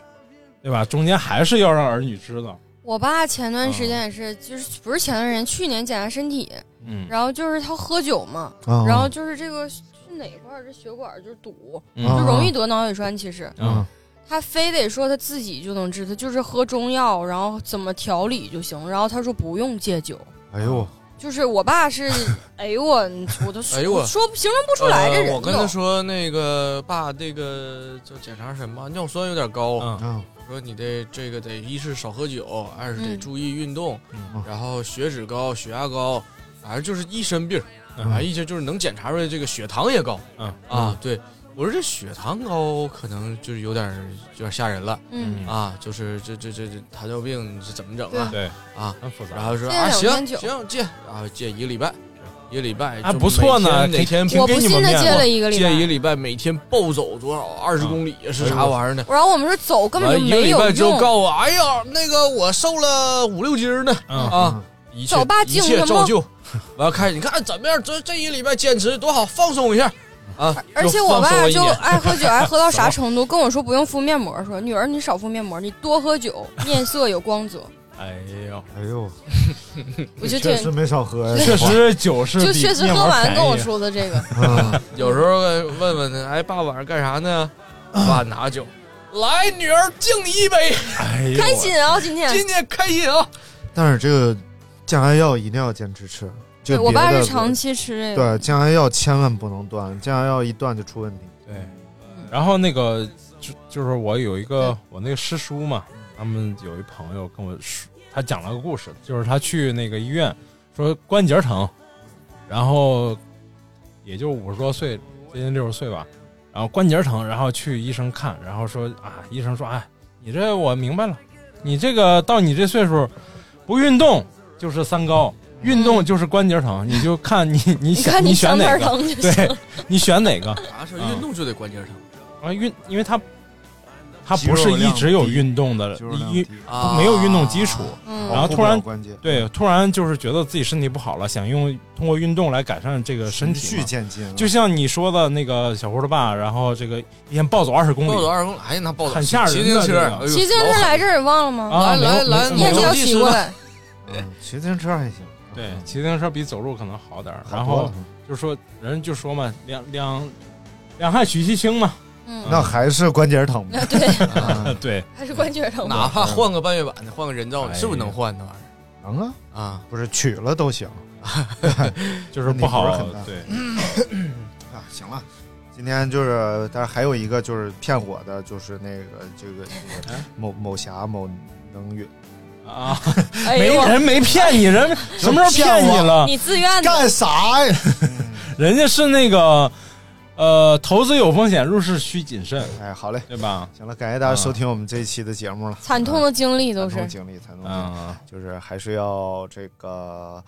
对吧？中间还是要让儿女知道。
我爸前段时间也是，就是不是前段时间，去年检查身体，
嗯
然后就是他喝酒嘛，
嗯
然后就是这个是哪块儿这血管儿就是堵，
嗯
就容易得脑血栓。其实，
嗯
他非得说他自己就能治，他就是喝中药，然后怎么调理就行。然后他说不用戒酒，
哎呦，
就是我爸 是，哎呦我，你我都
哎呦我
说不形容不出来这人
呃
都。
我跟他说那个爸，那个就检查什么尿酸有点
哦
高，
嗯，
说你得这个得一是少喝酒，二是得
嗯
注意运动，然后血脂高、血压高，反正就是一身病，
嗯
反正一些就是能检查出来这个血糖也高，
嗯
啊，对。我说这血糖高可能就是有点儿有点儿吓人了，
嗯
啊，就是这这这这糖尿病你是怎么整啊？
对
啊，
很复杂
然后说
戒
啊，
两
行
天酒
行戒啊戒一个礼拜，一个礼拜
还
就
不错呢
每天
挺
哪天
我不信他戒了一个礼拜
戒一个礼拜，每天暴走多少二十公里
嗯
是啥玩意儿呢？
然后我们说走根本
完
就
一个
没
礼
有
拜之后
用，
告诉我，哎呀，那个我瘦了五六斤儿呢，
嗯
啊，一切
早爸
一
敬
切
他
照
吗
旧。完了开始，你看怎么样？这这一个礼拜坚持多好，放松一下啊！
而且
又
我
放松
爸
了一
就
年
爱喝酒，爱喝到啥程度？跟我说不用敷面膜，说女儿你少敷面膜，你多喝酒，面色有光泽。
哎呦，
哎呦，
我就
确
挺
实没少喝呀，
确 实酒是
就确实喝完跟我说的这个，
啊
有时候问问他，哎，爸晚上干啥呢？
啊
爸拿酒，来，女儿敬你一杯，
哎
开心啊！今天
今天开心啊！
但是这个降压药一定要坚持吃，
对
就
我爸
别的
是长期吃这个，
对降压药千万不能断，降压药一断就出问题。
对，
嗯
然后那个就就是我有一个我那个师叔嘛，他
嗯
们有一朋友跟我说，他讲了个故事，就是他去那个医院说关节疼，然后也就五十多岁接近六十岁吧，然后关节疼，然后去医生看，然后说啊，医生说，哎，你这我明白了，你这个到你这岁数，不运动就是三高，运动就是关节疼，你就看你你
你看
想
你
选哪
上哪儿疼
个，
就行
对，你选哪个
啥事儿运动就得关节疼。
啊？运，因为他
哎
他不是一直有运动的
肌肉量低
运
肌肉量低啊
没有运动基础，
嗯
然后突然
保护不了关节
对突然就是觉得自己身体不好了，想用通过运动来改善这个身体嘛，
循序渐进了啊
就像你说的那个小胡他爸，然后这个一天暴走二十公里，
暴走20公里哎呀那暴走
很吓人的
骑自行车
这个
哎呦
骑自行车来这儿忘了吗？
啊来来来
燕子要骑过来。
骑自行车还行，嗯
对，骑自行车比走路可能好点儿。
好多
然
了嗯
后就说人就说嘛，两两两害取其轻嘛。
嗯
那还是关 节疼 嗯吗？
嗯
对对，哎
还是关节疼
哪怕换个半月板的，换个人造的，是不是能换那玩意
能啊
啊，
不是取了都行，
就是不好
问题是很大
对
嗯
啊，行了。今天就是，但是还有一个就是骗我的，就是那个这 个这个某某侠某能源
啊
哎
没
呦我
人没骗你， 人什么时候骗你
啊
了？
你自 愿的
干啥呀？
人家是那个呃，投资有风险，入市需谨慎。
哎，好嘞，
对吧？
行了，感谢大家收听我们这一期的节目了。
啊
啊
惨痛的经历都
惨
是
痛。经历，惨痛经历，
啊
就是还是要这个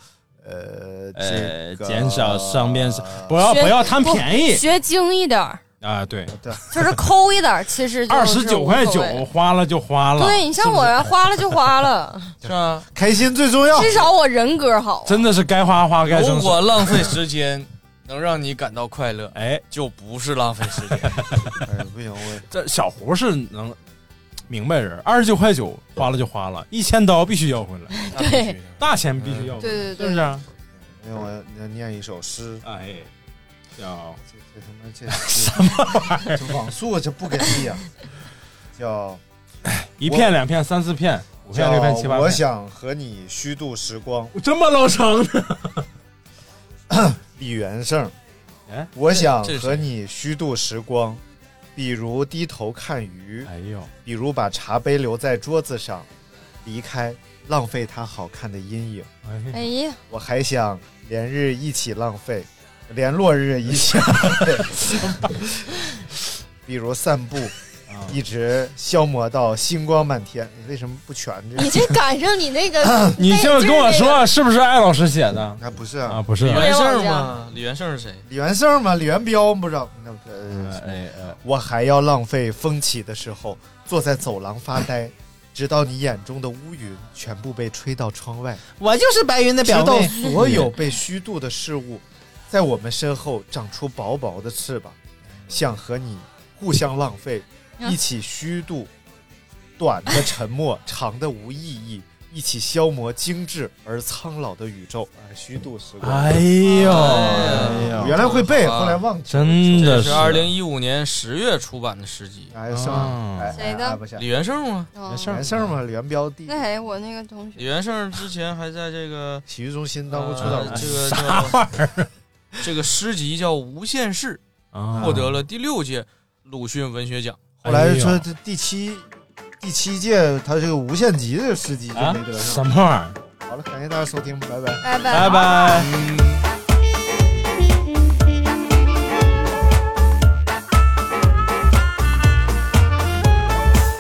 呃，
呃
这个呃
减少上边是不要啊不要贪便宜
学学精一点儿，
啊！对
对，
就是抠一点儿，其实
二十九块九花了就花了。
对你像我花了就 花了，
是吧？
开心最重
至少我人格好。
真的是该花花该
如
省
果
省。
浪费时间能让你感到快乐，
哎，
就不是浪费时间。
哎，不行，我
这小胡是能明白人，二十九块九花了就花了，一千刀必须要回来，
对
大钱必须要回来，
嗯对对对
是不是啊？
因为我要念一首 诗，
哎，叫
这这他妈这什么玩意儿？这网速这不给力啊！叫
一片、两片、三四片、五片、
叫
六片、七八
我
片，
想和你虚度时光。
这么老长的。
李元胜
哎，
我想
这是谁
和你虚度时光，比如低头看鱼，
哎呦，，
比如把茶杯留在桌子上，离开，浪费它好看的阴影。
哎呀，
我还想连日一起浪费，连落日一起浪费，比如散步。一直消磨到星光满天，你为什么不全这？
你这赶上你那个
啊你
那
这么跟我
就是那
说，啊
个
是不是艾老师写的？
那不是啊
啊，不是
李
啊
元胜吗？李元胜是谁？
李元胜吗？李元彪不知道。那
哎
呃，
哎
我还要浪费风起的时候，坐在走廊发呆， 直到你眼中的乌云全部被吹到窗外。
我就是白云的表
直到
妹
所有被虚度的事物， 在我们身后长出薄薄的翅膀，想和你互相浪费，
啊
一起虚度短的沉默， 长的无意义，一起消磨精致而苍老的宇宙。哎，虚度时光。
哎呦，哎呦
原来会背，后来忘记了。
真的
这是二零一五年十月出版的诗集。
哎，
啊
上哎
谁的
哎哎不是
李元胜吗？
哦
嗯
元胜嘛，李元彪弟。
嗯那谁，我那个同学，
李元胜之前还在这个
洗浴中心当
啊
过出导
嗯
呃
人
哎
这个
啥
叫
玩意儿
这个诗集叫《无限事》，
啊
获得了第六届鲁迅文学奖。
后来
哎
说这第七第七届他这个无限极的诗集就
啊
没得，
什
上。
么玩意儿？
好了，感谢大家收听，拜拜，
拜
拜
拜。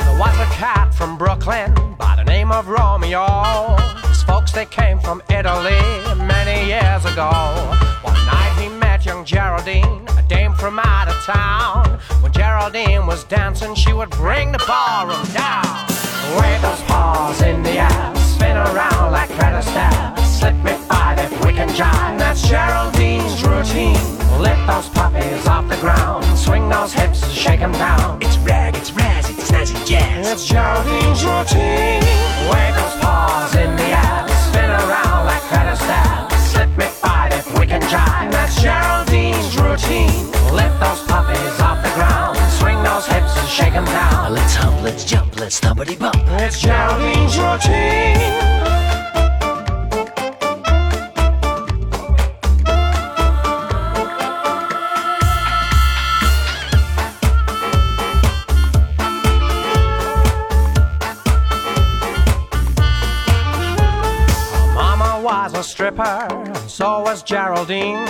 There was a cat from Brooklyn by the name of Romeo. His folks, they came from Italy many years ago. One night he met young Geraldine, a dame from out of town. When Geraldine was dancing, she would bring the ballroom down. Wave those paws in the air, spin around like feather stairs. Slip me five if we can jive. That's Geraldine's routine. Lift those puppies off the ground, swing those hips and shake 'em down. It's rag, it's razz, it's snazzy jazz. It's Geraldine's routine. Wave those paws in the air, spin around like feather stairs. Slip me five if we can jive. That's Geraldine's routine. Lift those puppies off the ground, swing those hips and shake 'em down.
Let's hump, let's jump, let's thumpity bump.
It's Geraldine's routine. Mama was a stripper, and so was Geraldine.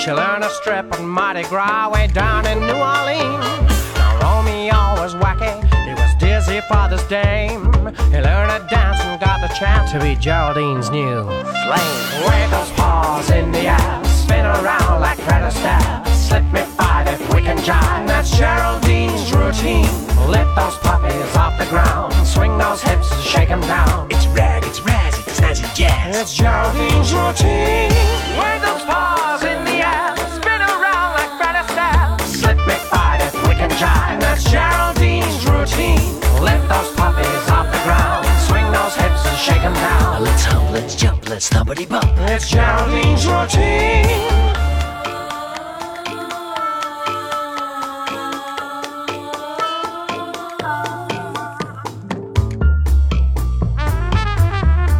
She learned a strip on Mardi Gras way down in New Orleans. Now Romeo was wacky, he was dizzy for this dame. He learned a dance and got the chance to be Geraldine's new flame. Wave those paws in the air, spin around like Fred Astaire. Slip me five if we can jive. That's Geraldine's routine. Lift those puppies off the ground, swing those hips and shake 'em down. It's rag, it's razz, it's snazzy jazz. It's Geraldine's routine. Wave those paws in the air, spin around like Fred Astaire. Slip me five if we can jive. That's Geraldine's routine. Lift those puppies off the ground, swing those hips and shake 'em down.
Let's hump, let's jump, let's thumpity bump.
It's Geraldine's routine.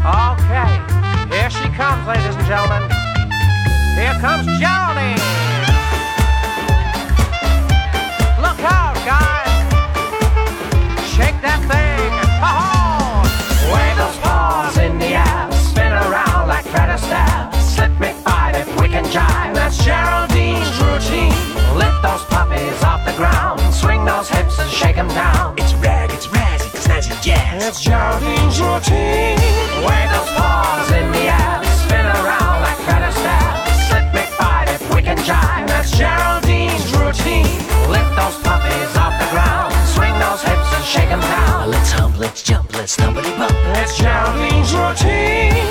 Okay, here she comes, ladies and gentlemen. Here comes Geraldine. Look out, guys. Shake that thing. Ho-ho! Wave those paws in the air. Spin around like Fred Astaire. Slip me five if we can jive. That's Geraldine's routine. Lift those puppies off the ground. Swing those hips and shake 'em down. It's rag, it's razz, it's snazzy jazz. It's Geraldine's routine. Wave those paws in the air. Spin around like Fred Astaire. Slip me five if we can jive. That's Geraldine's routine. Lift those puppies off the ground. Swing those hips and shake 'em down.
Let's hump, let's jump, let's thumpity bump.
It's Geraldine's routine.